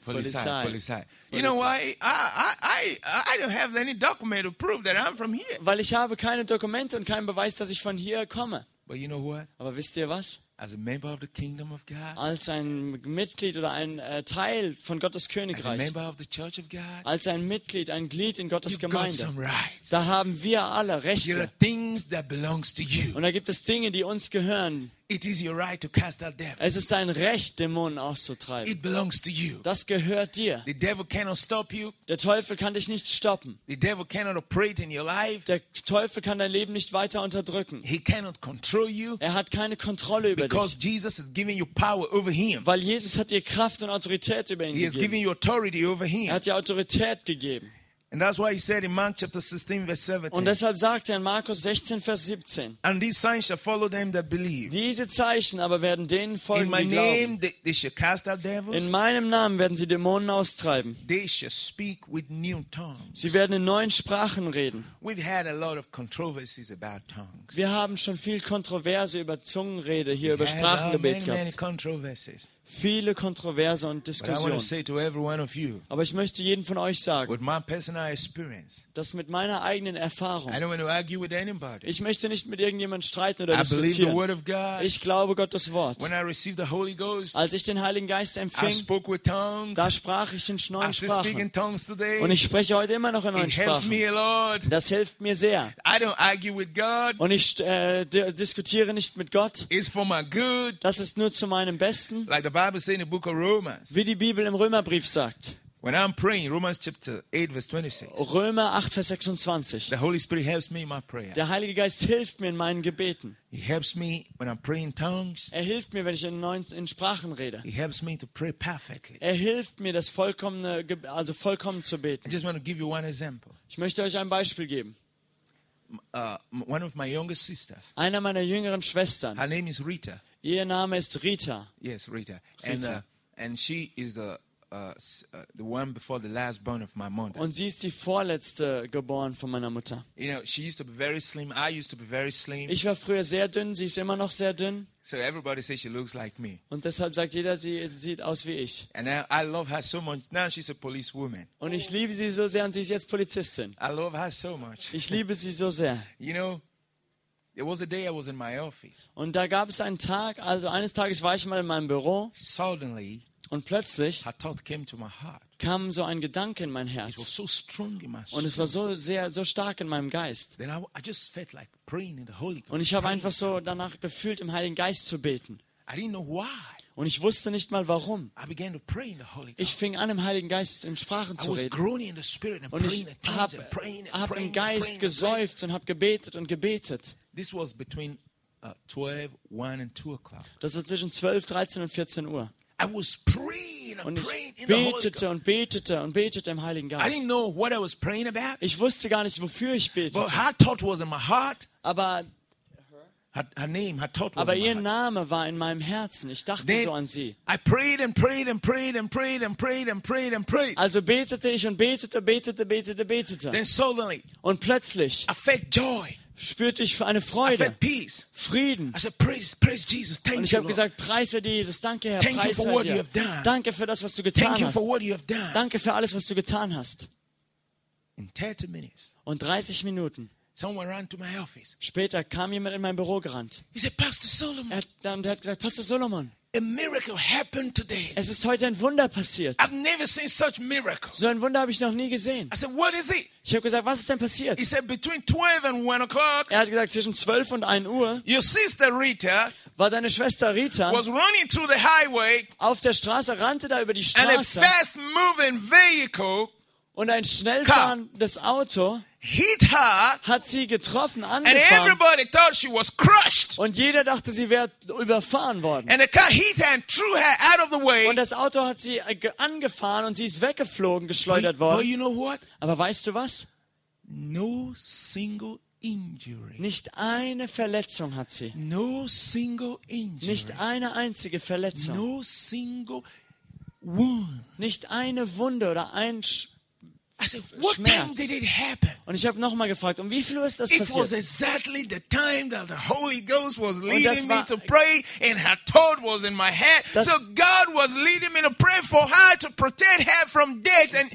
policai,
Policai.
policai. You know why? I, I, I, I don't have any document to prove that I'm from here.
Weil ich habe keine Dokumente und keinen Beweis, dass ich von hier komme.
But you know what?
Aber wisst ihr was?
As a member of the kingdom of God,
Als ein Mitglied oder ein äh, Teil von Gottes
as a
Königreich,
member of the church of God,
als ein Mitglied, ein Glied in Gottes
you've got
Gemeinde,
some rights.
da haben wir alle
There are
Rechte.
things that belongs to you.
Und da gibt es Dinge, die uns gehören.
It is your right to cast out devil.
Es ist dein Recht, Dämonen auszutreiben.
It belongs to you.
Das gehört dir.
The devil cannot stop you.
Der Teufel kann dich nicht stoppen.
The devil cannot operate in your life.
Der Teufel kann dein Leben nicht weiter unterdrücken.
He cannot control you
Er hat keine Kontrolle über
because
dich,
Jesus has given you power over him.
weil Jesus hat dir Kraft und Autorität über ihn
He has
gegeben.
given you authority over
Er
him.
hat dir Autorität gegeben.
And that's why he said in Mark chapter 16, verse
Und
17,
deshalb sagt er in Markus 16, Vers 17,
And these signs shall follow them that believe.
diese Zeichen aber werden denen
In
folgen,
my
die glauben.
name they, they shall cast out
In
devils.
meinem Namen werden sie Dämonen austreiben.
They shall speak with new tongues.
Sie werden in neuen Sprachen reden.
We've had a lot of controversies about tongues.
Wir haben schon viel Kontroverse über Zungenrede, hier über
Had, uh,
Sprachengebet
many, many
gehabt.
controversies.
Viele Kontroverse und
But I want to
Diskussionen.
say to every one of you,
Aber ich möchte jedem von euch sagen,
with my personal experience,
dass mit meiner eigenen
I
Erfahrung,
don't want to argue with anybody.
ich möchte nicht mit irgendjemandem streiten oder
I believe the
diskutieren.
word of God.
Ich glaube Gottes Wort.
When I received the Holy Ghost,
Als ich den Heiligen Geist
I
empfing,
spoke with tongues.
da sprach ich in
I
neuen
still speak in
Sprachen.
tongues today.
Und ich spreche heute immer noch in neuen
It helps
Sprachen.
me a lot.
Das hilft mir sehr.
I don't argue with God.
Und ich äh, di- diskutiere nicht mit Gott.
It's for my good.
Das ist nur zu meinem Besten,
Like the Bible says in the book of Romans.
wie die Bibel im Römerbrief sagt.
When I'm praying, Romans chapter 8, verse 26,
Römer 8, Vers 26.
the Holy Spirit helps me in my prayer.
Der Heilige Geist hilft mir in meinen Gebeten.
He helps me when I'm praying tongues.
Er hilft mir, wenn ich in neuen in Sprachen rede.
He helps me to pray perfectly.
Er hilft mir, das vollkommene, Ge- also vollkommen zu
I
beten.
just want to give you one example.
Ich möchte euch ein Beispiel geben.
Uh, m- one of my younger sisters,
Einer meiner jüngeren Schwestern,
her name is Rita.
ihr Name ist Rita.
Yes, Rita. And,
Rita.
uh, and she is the, uh, s- uh, the one before the last born of my mother.
Und sie ist die vorletzte geboren von meiner Mutter.
You know, she used to be very slim. I used to be very slim.
Ich war früher sehr dünn, sie ist immer noch sehr dünn.
So everybody says she looks like me.
Und deshalb sagt jeder, sie sieht aus wie ich.
And I, I love her so much. Now she's a policewoman.
Und ich liebe sie so sehr und sie ist jetzt Polizistin.
I love her so much.
Ich liebe sie so sehr.
You know, there was a day I was in my office.
Und da gab es einen Tag, also eines Tages war ich mal in meinem Büro
Suddenly,
und plötzlich
her thought came to my heart.
kam so ein Gedanke in mein
It was
Herz.
so strong in my
Und
soul.
es war so sehr, so stark in meinem Geist.
Then I, I just felt like praying in the Holy Ghost.
Und ich habe
praying.
einfach so danach gefühlt, im Heiligen Geist zu beten.
I didn't know why.
Und ich wusste nicht mal warum.
I began to pray in the Holy Ghost.
Ich fing an, im Heiligen Geist in Sprachen
I
zu
was
reden.
groaning in the Spirit and
Und
praying
ich
in tongues
habe
and praying and
hab
praying.
im
and
Geist
praying and praying.
gesäuft und habe gebetet und gebetet.
This was between uh, 12, 1 and 2 o'clock.
Das war zwischen 12, 13 und 14 Uhr.
I was praying and
Und
praying
ich
in the Holy Ghost.
betete und betete und betete im Heiligen
I
Geist.
didn't know what I was praying about,
Ich wusste gar nicht, wofür ich
but
betete.
her thought was in my heart.
Aber,
Her, her name, her thought was
aber ihr
in my heart.
Name war in meinem Herzen. Ich dachte
Then
so an sie.
I prayed and prayed and prayed and prayed and prayed and prayed and prayed.
Also betete ich und betete, betete, betete, betete.
Then suddenly,
Und plötzlich
I felt joy.
spürte ich eine
I
Freude,
felt peace.
Frieden.
I said, praise, praise Jesus.
Und
Thank
ich
you,
habe
Lord.
gesagt, preise dir, Jesus. Danke, Herr,
Thank you
preise
for
sei
what you
dir.
have done.
Danke für das, was du getan
Thank you
hast.
for what you have done.
Danke für alles, was du getan hast.
In 30 minutes,
Und 30 Minuten
someone ran to my office.
später kam jemand in mein Büro gerannt.
He said, Pastor Solomon,
Er hat, dann, der hat gesagt, Pastor Solomon,
a miracle happened today.
es ist heute ein Wunder passiert.
I've never seen such miracles.
So ein Wunder habe ich noch nie gesehen.
I said, what is it?
Ich habe gesagt, was ist denn passiert?
He said, between 12 and 1 o'clock,
Er hat gesagt, zwischen 12 und 1 Uhr
your sister Rita
war deine Schwester Rita
was running through the highway
auf der Straße, rannte da über die
and a
Straße
fast moving vehicle
Und ein schnell fahrendes Auto
hit her,
hat sie getroffen,
and
angefahren.
everybody thought she was crushed.
Und jeder dachte, sie wäre überfahren worden.
And the car hit her and threw her out of the way.
Und das Auto hat sie äh, ge- angefahren und sie ist weggeflogen, geschleudert
But
worden.
you know what?
Aber weißt du was?
No single injury.
Nicht eine Verletzung hat sie.
No single injury.
Nicht eine einzige Verletzung.
No single wound.
Nicht eine Wunde oder ein... Sch
I said, what time
Schmerz.
did it happen?
und ich habe nochmal gefragt, um wie viel Uhr ist das
It was
passiert?
exactly the time that the Holy Ghost was
das
leading me
war-
to pray, and her thought was in my head.
Das-
so God was leading me to pray for her to protect her from death. And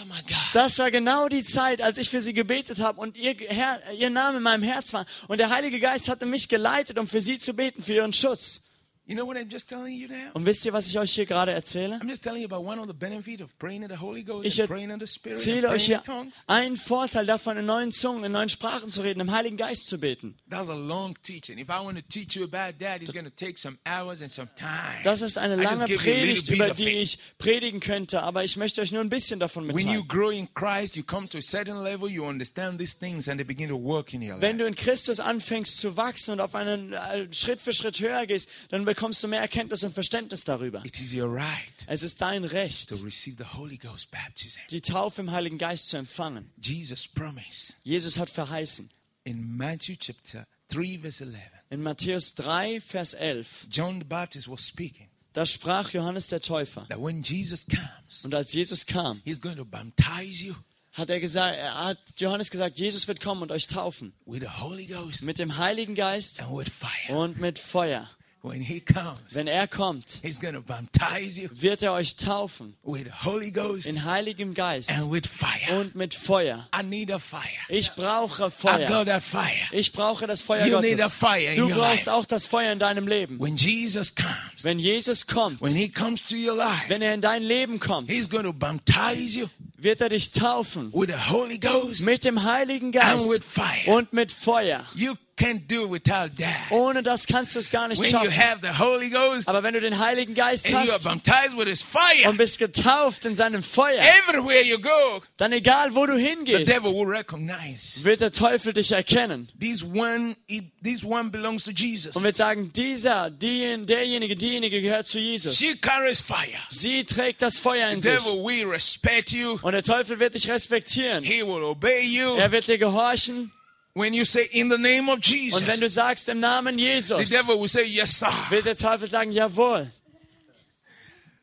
oh my God,
Das war genau die Zeit, als ich für sie gebetet habe und ihr, Herr, ihr Name in meinem Herz war. Und der Heilige Geist hatte mich geleitet, um für sie zu beten, für ihren Schutz.
you know what I'm just telling you now?
Und wisst ihr, was ich euch hier gerade erzähle?
I'm just telling you about one of the benefits of praying in the Holy Ghost
Ich
and praying in the Spirit and
erzähle
praying
euch
in
hier
tongues.
einen Vorteil davon, in neuen Zungen, in neuen Sprachen zu reden, im Heiligen Geist zu beten.
That's a long teaching. If I want to teach you about that, it's going to take some hours and some time.
Das ist eine
I just
lange
give you a little
Predigt,
bit
über
of
die
it.
ich predigen könnte, aber ich möchte euch nur ein bisschen davon
When you
mitteilen.
grow in Christ, you come to a certain level, you understand these things, and they begin to work in your
Wenn
life.
du in Christus anfängst zu wachsen und auf einen äh, Schritt für Schritt höher gehst, dann bekommst du mehr Erkenntnis und Verständnis darüber.
It is your right
Es ist dein Recht,
to receive the Holy Ghost baptism.
die Taufe im Heiligen Geist zu empfangen.
Jesus promised
Jesus hat verheißen.
in Matthew chapter 3, verse 11.
In Matthäus 3, Vers 11,
John the Baptist was speaking
da sprach Johannes der Täufer.
that when Jesus comes,
Und als Jesus kam,
he's going to baptize you
hat er gesagt, er hat Johannes gesagt, Jesus wird kommen und euch taufen.
with the Holy Ghost
Mit dem Heiligen Geist
and with fire.
und mit Feuer.
When he comes,
Wenn er kommt,
he's going to baptize you
wird er euch taufen.
with the Holy Ghost
In Heiligem Geist
and with fire.
und mit Feuer.
I need a fire.
Ich brauche
I got
Feuer.
that fire.
Ich brauche das Feuer
You need a
Gottes.
fire in
Du
your
brauchst
life.
auch das Feuer in deinem Leben.
When Jesus comes,
Wenn Jesus kommt,
when he comes to your life,
wenn er in dein Leben kommt,
he's going to baptize you
wird er dich taufen.
with the Holy Ghost
Mit dem Heiligen
and
Geist
with fire.
und mit Feuer.
You can't do without that.
Ohne das kannst du es gar nicht
When you
schaffen.
have the Holy Ghost
Aber wenn du den Heiligen Geist
and you are
hast
baptized with His
und
fire,
bist getauft in seinem Feuer,
everywhere you go,
dann egal wo du
the
hingehst,
devil will recognize
wird der Teufel dich erkennen
this one. it- This one belongs to Jesus.
und wird sagen, dieser, die, derjenige, diejenige gehört zu Jesus.
She carries fire.
Sie trägt das Feuer
The
in sich.
devil will respect you.
Und der Teufel wird dich respektieren.
He will obey you.
Er wird dir gehorchen.
When you say in the name of
Und wenn
Jesus,
du sagst, im Namen
the
Jesus,
devil will say yes, sir.
wird der Teufel sagen, jawohl.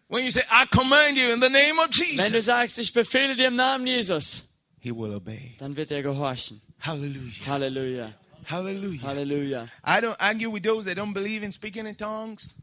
When you say I command you in the name of
Wenn du
Jesus,
sagst, ich befehle dir im Namen Jesus,
he will obey.
dann wird er gehorchen.
Hallelujah.
Halleluja.
Hallelujah.
Halleluja.
I don't argue with those that don't believe in speaking in tongues.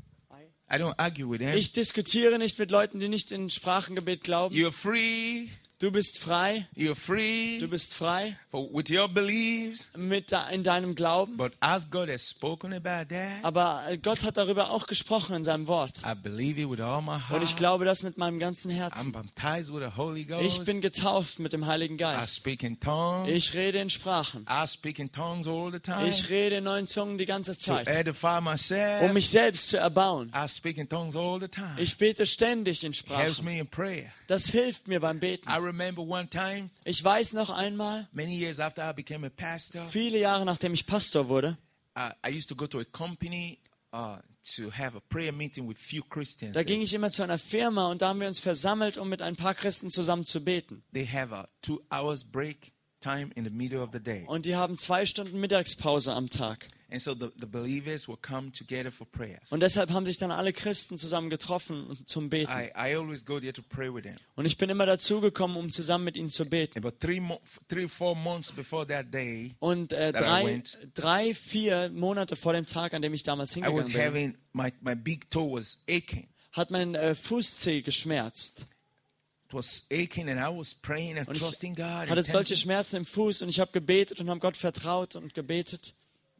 I don't argue with them.
Ich diskutiere nicht mit Leuten, die nicht in Sprachengebet glauben.
You're free.
Du bist frei.
You're
Du
free
bist frei
for, with your beliefs.
mit da- in deinem Glauben.
But as God has spoken about that,
Aber äh, Gott hat darüber auch gesprochen in seinem Wort.
I believe it with all my
Und ich
heart.
glaube das mit meinem ganzen
I'm
Herzen.
baptized with the Holy
Ich
Ghost.
bin getauft mit dem Heiligen
I
Geist.
speak in tongues.
Ich rede in Sprachen.
I speak in tongues all the time
Ich rede in neuen Zungen die ganze
to
Zeit,
edify
um
myself.
mich selbst zu erbauen.
I speak in tongues all the time.
Ich bete ständig in
Helps
Sprachen.
me in prayer.
Das hilft mir beim Beten.
I remember one time,
Ich weiß noch einmal,
many years after I became a pastor,
viele Jahre nachdem ich Pastor wurde,
I, Uh, I used to go to a company uh, to have a prayer meeting with few Christians.
da ging ich immer zu einer Firma und da haben wir uns versammelt, um mit ein paar Christen zusammen zu beten.
They have a two hours break time in the middle of the day.
Und die haben zwei Stunden Mittagspause am Tag.
And so the, the believers will come together for prayers.
Und deshalb haben sich dann alle Christen zusammen getroffen und- zum Beten.
I, I always go there to pray with them.
Und ich bin immer dazugekommen, um zusammen mit ihnen zu beten.
About three, mo- three four months before that day,
Und äh,
That I
drei,
went.
drei, vier Monate vor dem Tag, an dem ich damals
I was
hingegangen bin,
having my, my big toe was aching.
hat mein äh, Fußzeh geschmerzt.
It was aching, and I was praying and
Und
trusting
ich
God.
hatte
and
solche
thanking-
Schmerzen im Fuß und ich habe gebetet und habe Gott vertraut und gebetet.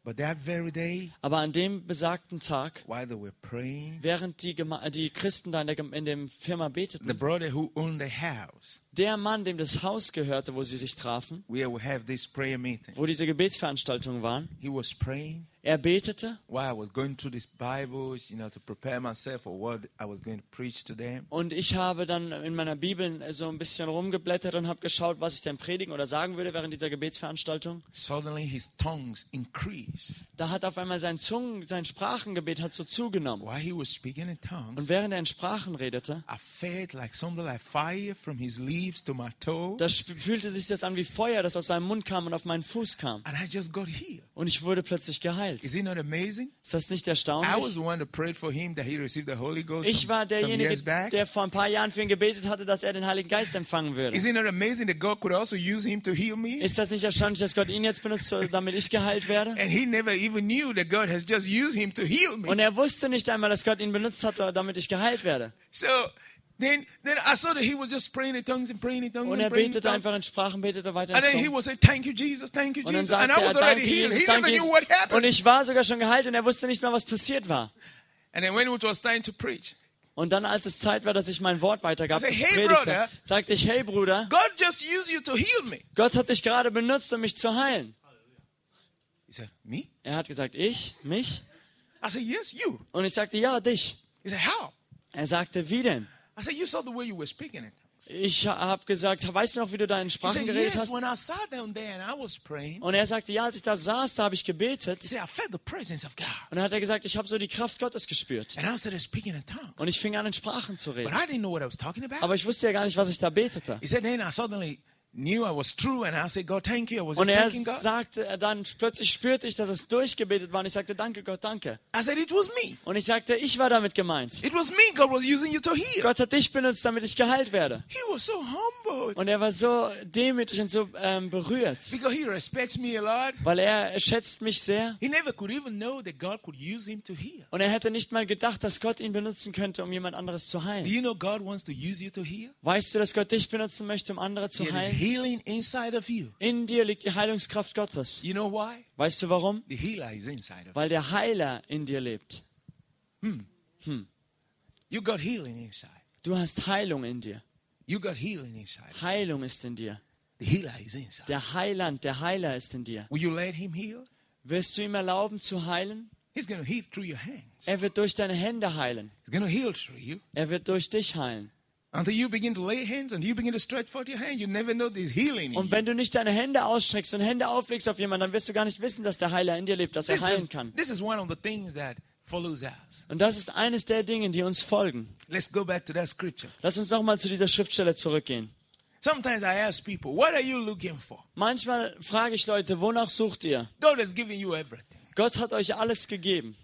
But that very day,
Aber an dem besagten Tag,
while they were praying,
während die, Gema- äh, die Christen da in der, Gem- in dem Firma
the
beteten,
brother who owned the house,
der Mann, dem das Haus gehörte, wo sie sich trafen,
where we have this prayer meeting,
wo diese Gebetsveranstaltungen waren,
he was praying.
Er betete
While I was going through this Bible, you know, to prepare myself for what I was going to preach today,
und ich habe dann in meiner Bibel so ein bisschen rumgeblättert und habe geschaut, was ich denn predigen oder sagen würde während dieser Gebetsveranstaltung.
suddenly his tongues increased.
Da hat auf einmal sein Zungen, sein Sprachengebet hat so zugenommen.
While he was speaking in
Und
tongues,
während er in Sprachen redete,
I felt like something like fire from his lips to my toe,
da sp- fühlte sich das an wie Feuer, das aus seinem Mund kam und auf meinen Fuß kam.
and I just got healed.
Und ich wurde plötzlich geheilt.
Is it not amazing?
Ist das nicht
I was
erstaunlich?
the one that prayed for him that he received the Holy Ghost
Ich war
some, some
derjenige,
years back.
der vor ein paar Jahren für ihn gebetet hatte, dass er den Heiligen Geist empfangen würde.
Is it not amazing that God could also use him to heal me?
Ist das nicht erstaunlich, dass Gott ihn jetzt benutzt, damit ich geheilt werde?
And he never even knew that God has just used him to heal me.
Und er wusste nicht einmal, dass Gott ihn benutzt hat, damit ich geheilt werde.
So then, then I saw that he was just praying in tongues and praying in tongues
Und er
and praying in
betete
tongues.
einfach in Sprachen, betete weiter in
And then he
Zungen.
was saying, "Thank you, Jesus. Thank you,
Und dann
Jesus." And
sagte
I
er,
was already
danke
healed.
Jesus,
He never
danke
knew
Jesus.
what
Und
happened.
ich war sogar schon geheilt und er wusste nicht mehr, was passiert war.
And then when it was time to preach,
Und dann, als es Zeit war, dass ich mein Wort weitergab,
I said,
das ich
"Hey,
predigte,
brother."
sagte ich, hey Bruder,
God just used you to heal me.
Gott hat dich gerade benutzt, um mich zu heilen.
He said, "Me?"
Er hat gesagt, ich, mich?
I said, "Yes, you."
Und ich sagte, ja, dich.
He said, "How?"
Er sagte, wie denn?
I said, "You saw the way you were speaking it."
Ich habe gesagt, weißt du noch, wie du da in
He
Sprachen
said,
geredet
"Yes."
hast?
When I sat down there and I was praying,
Und er sagte, ja, als ich da saß, da habe ich gebetet.
he said, "I felt the presence of God."
Und dann hat er gesagt, ich habe so die Kraft Gottes gespürt.
And I started speaking in tongues.
Und ich fing an, in Sprachen zu
But
reden.
I didn't know what I was talking about.
Aber ich wusste ja gar nicht, was ich da betete.
He said, then I suddenly knew I was true, and I said, God, thank you. I was
Und
just
er
thanking God.
sagte, er dann plötzlich spürte ich, dass es durchgebetet war. Und ich sagte, danke Gott, danke.
I said, it was me.
Und ich sagte, ich war damit gemeint.
It was me God was using you to heal.
Gott hat dich benutzt, damit ich geheilt werde.
He was so humbled
Und er war so demütig und so ähm, berührt,
because he respects me a lot.
weil er schätzt mich sehr.
He never could even know that God could use him to heal.
Und er hätte nicht mal gedacht, dass Gott ihn benutzen könnte, um jemand anderes zu
Do
heilen.
you know God wants to use you to heal?
Weißt du, dass Gott dich benutzen möchte, um andere zu
There is
heilen?
healing inside of you.
In dir liegt die Heilungskraft Gottes.
You know why?
Weißt du warum?
The healer is inside of you.
Weil der Heiler in dir lebt.
You got healing inside.
Du hast Heilung in dir.
You got healing inside.
Heilung ist in dir.
The healer is inside.
Der Heiland, der Heiler ist in dir.
Will you let him heal?
Wirst du ihm erlauben zu heilen?
He's going to heal through your hands.
Er wird durch deine Hände heilen.
He's going to heal through you.
Er wird durch dich heilen.
Until you begin to lay hands, until you begin to stretch forth your hand, you never know there's healing. In
Und
you.
wenn du nicht deine Hände ausstreckst und Hände auflegst auf jemanden, dann wirst du gar nicht wissen, dass der Heiler in dir lebt, dass er
This is,
heilen kann.
this is one of the things that follows us.
Und das ist eines der Dinge, die uns folgen.
Let's go back to that scripture.
Lass uns nochmal zu dieser Schriftstelle zurückgehen.
Sometimes I ask people, what are you looking for?
Manchmal frage ich Leute, wonach sucht ihr?
God has given you everything.
Gott hat euch alles gegeben.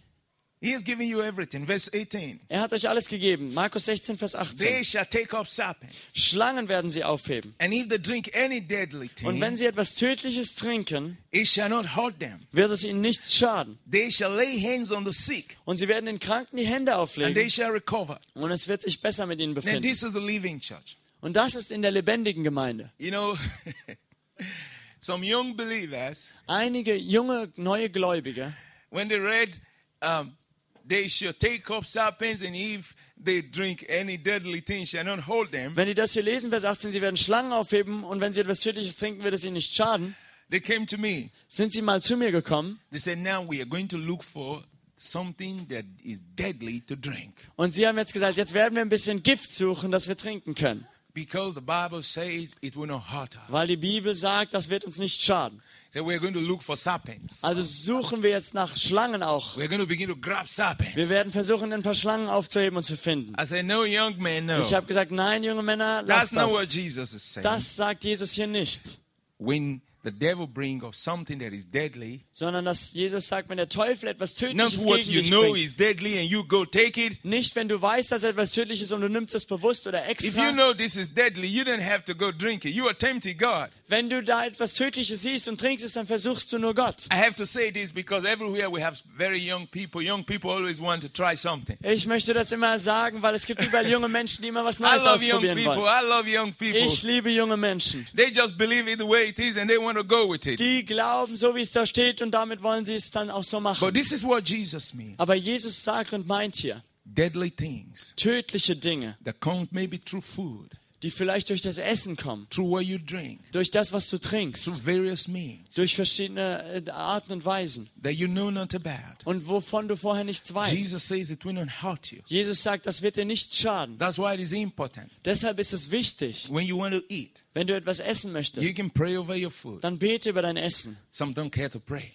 He has given you everything. Verse 18.
Er hat euch alles gegeben. Markus 16, Vers
They
18.
shall take up serpents,
Schlangen werden sie aufheben.
and if they drink any deadly
Und
thing,
wenn sie etwas Tödliches trinken,
it shall not hurt them.
wird es ihnen nichts schaden.
They shall lay hands on the sick,
Und sie werden den Kranken die Hände
and they
auflegen
shall recover.
und es wird sich besser mit ihnen
Then
befinden.
this is the living church.
Und das ist in der lebendigen Gemeinde.
You know, <laughs> some young believers
Einige junge, neue Gläubige,
when they read, um, they shall take up serpents, and if they drink any deadly thing, shall not hold them.
wenn die das hier lesen, Vers 18, sie werden Schlangen aufheben und wenn sie etwas Tödliches trinken, wird es ihnen nicht schaden,
They came to me.
sind sie mal zu mir gekommen
They said, Now we are going to look for something that is deadly to drink.
und sie haben jetzt gesagt, jetzt werden wir ein bisschen Gift suchen, das wir trinken können.
Because the Bible says it will not hurt us.
Weil die Bibel sagt, das wird uns nicht schaden.
So we are going to look for serpents.
Also suchen wir jetzt nach Schlangen auch.
We are going to begin to grab
Wir
serpents.
werden versuchen, ein paar Schlangen aufzuheben und zu finden.
I said, No, young man, no.
Ich habe gesagt, nein, junge Männer,
That's
lasst
not what
das.
Jesus is saying.
Das sagt Jesus hier nicht,
When the devil brings up something that is deadly,
sondern dass Jesus sagt, wenn der Teufel etwas
not
Tödliches gegen
what
dich
you know
bringt,
is deadly and you go take it,
nicht wenn du weißt, dass etwas tödlich ist und du nimmst es bewusst oder
If you
extra.
know this is deadly, you don't have to go drink it. You are tempting God.
Wenn du da etwas Tödliches siehst und trinkst es, dann versuchst du nur Gott.
I have to say this because everywhere we have very young people. Young people always want to try something.
Ich möchte das immer sagen, weil es gibt überall junge Menschen, die immer
<laughs>
was
I
Neues
love young
ausprobieren
people.
wollen.
I love young people.
Ich liebe junge Menschen.
They just believe it the way it is and they want to go with it.
Die glauben so, wie es da steht und damit wollen sie es dann auch so machen.
But this is what Jesus means.
Aber Jesus sagt und meint hier,
Deadly things
tödliche Dinge,
that come maybe through food,
die vielleicht durch das Essen kommen,
through what you drink,
durch das, was du
through
trinkst,
various means
durch verschiedene äh, Arten und Weisen
that you know not about.
und wovon du vorher nichts weißt.
Jesus says it will not hurt you.
Jesus sagt, das wird dir nicht schaden.
That's why it is important.
Deshalb ist es wichtig,
When you want to eat,
wenn du etwas essen
you
möchtest,
can pray over your food.
dann bete über dein Essen.
Some don't care to pray.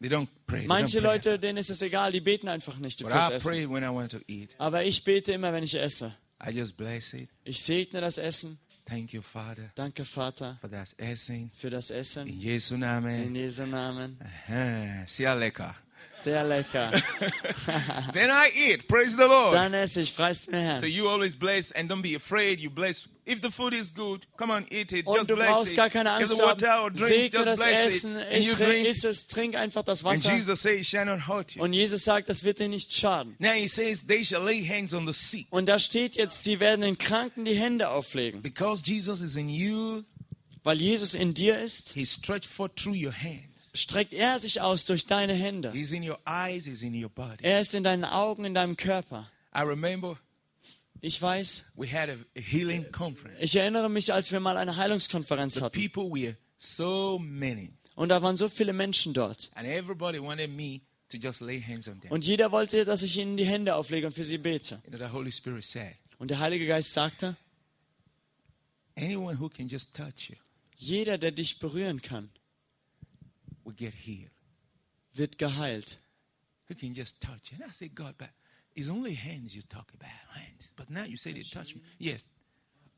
They don't pray. They
Manche
don't pray.
Leute, denen ist es egal, die beten einfach nicht
But
fürs
I
Essen.
pray when I want to eat.
Aber ich bete immer, wenn ich esse.
I just bless it.
Ich segne das Essen.
Thank you, Father,
Danke, Vater,
for that blessing.
für das Essen.
In Jesu
In
name.
Jesu Namen.
Uh-huh. Sehr lecker.
Sehr lecker.
<coughs> <laughs> Then I eat. Praise the Lord.
Dann esse ich, preis dem
So
Herrn.
you always bless and don't be afraid. You bless. If the food is good, come on, eat it. Just
Und du
bless
brauchst
it.
gar keine
If
Angst
the
zu haben.
water or drink,
Segne
just
das
bless it.
Essen,
And
ich
you
trink,
drink.
iss es, trink einfach das
And
Wasser.
Jesus says, it shall not hurt you.
Und Jesus sagt, das wird dir nicht schaden.
Now he says, they shall lay hands on the sick.
Und da steht jetzt, sie werden den Kranken die Hände auflegen.
Because Jesus is in you,
Weil Jesus in dir ist,
He stretched forth through your hands.
streckt er sich aus durch deine Hände.
He's in your eyes, He's in your body.
Er ist in deinen Augen, in deinem Körper.
I remember
Ich weiß,
we had a a healing conference.
ich erinnere mich, als wir mal eine Heilungskonferenz
The
hatten.
people were so many,
Und da waren so viele Menschen dort.
and everybody wanted me to just lay hands on them.
Und jeder wollte, dass ich ihnen die Hände auflege und für sie bete.
You know, the Holy Spirit said,
Und der Heilige Geist sagte,
anyone who can just touch you
jeder, der dich berühren kann,
will get healed.
wird geheilt.
Who can just touch you? And I said, God, but it's only hands you talk about, hands. But now you said you touch me. Yes,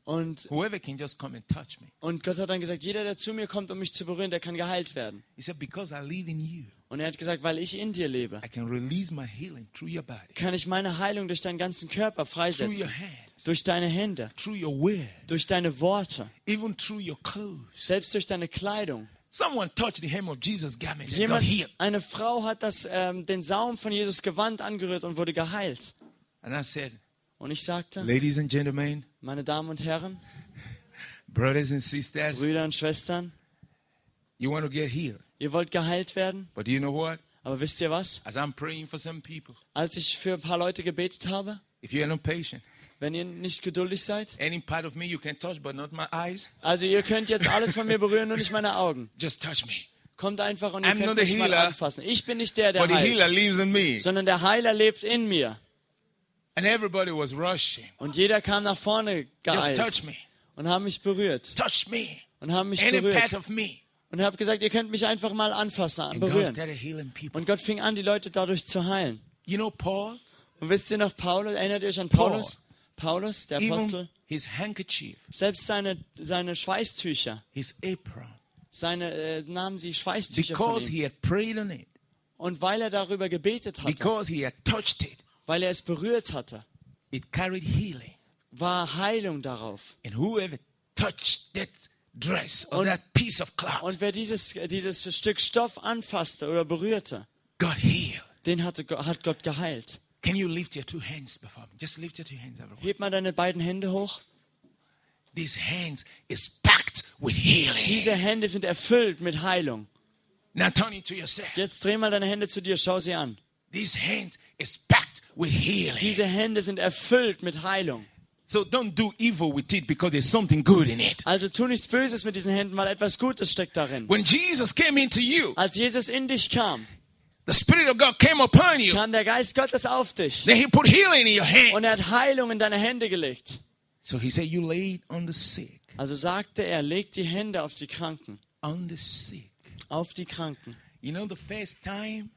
Und,
whoever can just come and touch me.
und Gott hat dann gesagt, jeder, der zu mir kommt, um mich zu berühren, der kann geheilt werden.
He said, because I live in you,
Und er hat gesagt, weil ich in dir lebe,
I can release my healing through your body,
kann ich meine Heilung durch deinen ganzen Körper
through your
freisetzen.
hands,
Durch deine Hände,
through your word.
durch deine Worte,
even through your clothes.
selbst durch deine Kleidung.
Someone touched the hem of Jesus' garment and got
Jemand,
healed.
eine Frau hat das, ähm, den Saum von Jesus Gewand angerührt und wurde geheilt.
And I said,
Und ich sagte,
Ladies and gentlemen,
meine Damen und Herren,
brothers and sisters,
Brüder und Schwestern,
you want to get healed.
ihr wollt geheilt werden,
But do you know what?
aber wisst ihr was?
As I'm praying for some people,
Als ich für ein paar Leute gebetet habe,
if you're not patient,
wenn ihr nicht geduldig seid,
any part of me you can touch, but not my eyes,
also ihr könnt jetzt alles von mir berühren, nur nicht meine Augen.
just touch me.
Kommt einfach und ihr
I'm
könnt
not a
mich mal
healer.
anfassen. Ich bin nicht der, der
But the healer
heilt,
lives in me.
sondern der Heiler lebt in mir.
And everybody was rushing.
Und jeder kam nach vorne
Just touch
geeilt
me.
und haben mich berührt
Touch me.
und haben mich
Any part
berührt
of me.
und haben gesagt, ihr könnt mich einfach mal anfassen,
And God
berühren.
started healing people.
Und Gott fing an, die Leute dadurch zu heilen.
You know, Paul,
Und wisst ihr noch Paulus? Erinnert ihr euch an
Paul.
Paulus? Paulus, der Apostel?
even his handkerchief,
Selbst seine, seine Schweißtücher,
his apron,
seine äh, nahmen sie Schweißtücher von
because
ihm.
he had prayed on it,
Und weil er darüber gebetet hatte,
because he had touched it,
weil er es berührt hatte,
it carried healing.
war Heilung darauf.
And whoever touched that dress or
Und-
that piece of cloth
Und wer dieses, äh, dieses Stück Stoff anfasste oder berührte,
got healed.
den hatte, Go- hat Gott geheilt.
Can you lift your two hands before me? Just lift your two hands, everyone.
Heb mal deine beiden Hände hoch.
These hands is packed with healing.
Diese Hände sind erfüllt mit Heilung.
Now turn it to yourself.
Jetzt dreh mal deine Hände zu dir, schau sie an.
These hands is packed with healing.
Diese Hände sind erfüllt mit Heilung.
so don't do evil with it because there's something good in it.
Also tu nichts Böses mit diesen Händen, weil etwas Gutes steckt darin.
When Jesus came into you,
Als Jesus in dich kam,
the Spirit of God came upon you.
kam der Geist Gottes auf dich
Then He put healing in your
und er
hands.
hat Heilung in deine Hände gelegt.
So He said, You laid on the sick,
Also sagte er, leg die Hände auf die Kranken,
on the sick.
auf die Kranken.
You know, the first time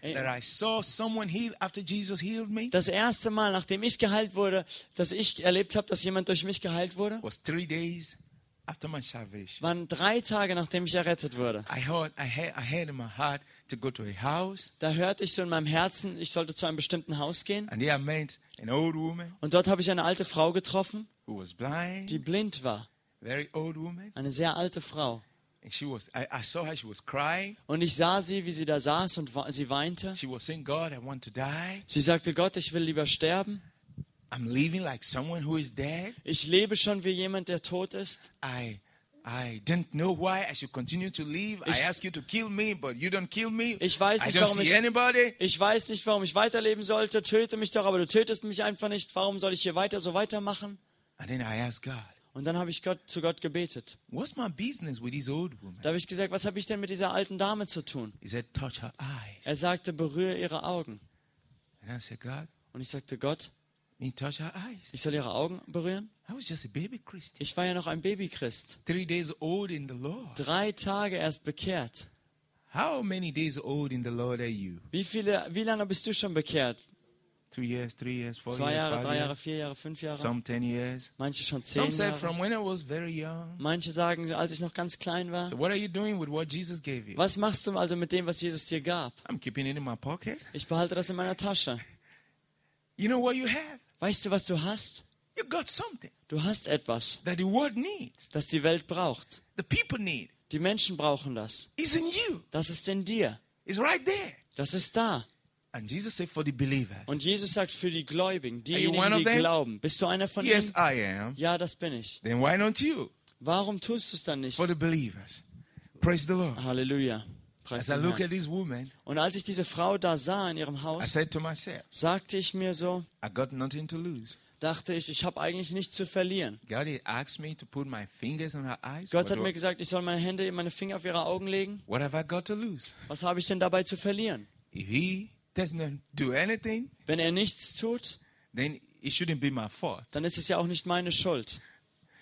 Ey,
that I saw someone healed after Jesus healed me
Das erste Mal, nachdem ich geheilt wurde, dass ich erlebt habe, dass jemand durch mich geheilt wurde,
was three days after my salvation.
waren drei Tage, nachdem ich errettet wurde.
I heard, I had, I had in my heart to go to a house,
Da hörte ich so in meinem Herzen, ich sollte zu einem bestimmten Haus gehen.
and there I met an old woman
Und dort habe ich eine alte Frau getroffen,
who was blind,
die blind war.
very old woman,
Eine sehr alte Frau.
and she was. I, I saw her; she was crying.
Und ich sah sie, wie sie da saß und wa- sie weinte.
She was saying, "God, I want to die.
Sie sagte, Gott, ich will lieber sterben.
I'm living like someone who is dead.
Ich lebe schon wie jemand, der tot ist.
I." I didn't know why I should continue to live. I
Ich-
asked you to kill me, but you don't kill me.
Ich weiß
I
nicht,
don't
warum
see
ich-
anybody.
Ich weiß nicht, warum ich weiterleben sollte. Töte mich doch, aber du tötest mich einfach nicht. Warum soll ich hier weiter so weitermachen?
And then I asked God,
Und dann habe ich Gott, zu Gott gebetet.
What's my business with this old woman?
Da habe ich gesagt, was habe ich denn mit dieser alten Dame zu tun?
He said, Touch her eyes.
Er sagte, berühre ihre Augen.
And I said, God,
Und ich sagte, Gott,
me touch her eyes.
ich soll ihre Augen berühren?
I was just a baby Christian,
Ich war ja noch ein Babychrist.
three days old in the Lord.
Drei Tage erst bekehrt.
How many days old in the Lord are you?
Wie, viele, wie lange bist du schon bekehrt?
Two years, three years, four
Zwei
years,
Jahre,
five
drei
years,
Jahre, vier Jahre, fünf Jahre?
some ten years.
Manche schon zehn
Some said
Jahre.
from when I was very young.
Manche sagen, als ich noch ganz klein war.
So what are you doing with what Jesus gave you?
Was machst du also mit dem, was Jesus dir gab?
I'm keeping it in my pocket.
Ich behalte das in meiner Tasche.
You know what you have?
Weißt du, was du hast?
You got something
Du hast etwas,
that the world needs,
das die Welt braucht.
the people need.
Die Menschen brauchen das.
It's in you.
Das ist in dir.
It's right there.
Das ist da.
And Jesus said for the believers.
Und Jesus sagt für die Gläubigen,
one
diejenigen,
of
die
them?
glauben, bist du einer von
Yes,
ihnen?
I am.
Ja, das bin ich.
Then why don't you?
Warum tust du es dann nicht?
For the believers. Praise the
Ah,
Lord.
Halleluja. Preis
As I
den
look
Herrn.
at this woman,
Und als ich diese Frau da sah in ihrem
I
Haus,
said to myself,
sagte ich mir so,
I got nothing to lose.
dachte ich, ich habe eigentlich nichts zu verlieren.
God had asked me to put my fingers on her eyes.
Gott
what,
hat
do
mir
I-
gesagt, ich soll meine Hände, meine Finger auf ihre Augen legen.
what have I got to lose?
Was habe ich denn dabei zu verlieren?
If he doesn't do anything,
Wenn er nichts tut,
then it shouldn't be my fault.
dann ist es ja auch nicht meine Schuld.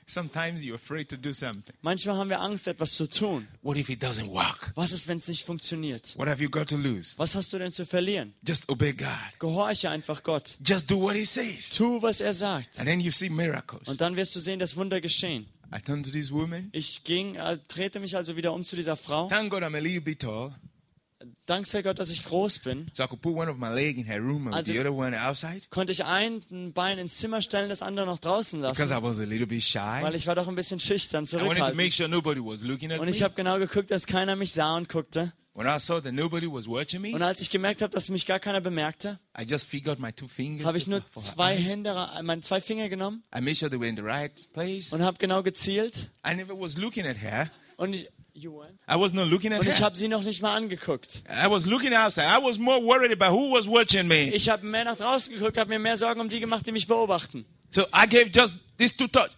Sometimes you're afraid to do something.
Manchmal haben wir Angst, etwas zu tun.
What if it doesn't work?
Was ist, wenn es nicht funktioniert?
What have you got to lose?
Was hast du denn zu verlieren?
Just obey God.
Gehorche einfach Gott.
Just do what he says.
Tu, was er sagt.
And then you see miracles.
Und dann wirst du sehen, dass Wunder geschehen.
I turned to this woman.
Ich ging, äh, drehte mich also wieder um zu dieser Frau.
Thank God I'm a little bit tall.
Dank sei Gott, dass ich groß bin,
So I could put one of my leg in her room and
Also-
the other one outside.
konnte ich ein Bein ins Zimmer stellen, das andere noch draußen
Because
lassen,
I was a little bit
weil
shy.
ich war doch ein bisschen schüchtern,
I wanted to make
zurückhaltend.
sure nobody was looking at
Und ich
me.
habe genau geguckt, dass keiner mich sah und guckte.
When I saw that nobody was watching me,
Und als ich gemerkt habe, dass mich gar keiner bemerkte,
I just figured my two fingers.
habe ich
to-
nur
for her
zwei
eyes.
Hände, ra- meine zwei Finger genommen
I made sure they were in the right place.
und habe genau gezielt.
I never was looking at her.
Und ich,
I was not looking at
und ich
her.
habe sie noch nicht mal angeguckt.
I was looking outside. I was more worried about who was watching me.
Ich habe mehr nach draußen geguckt, habe mir mehr Sorgen um die gemacht, die mich beobachten.
So I gave just these two touch.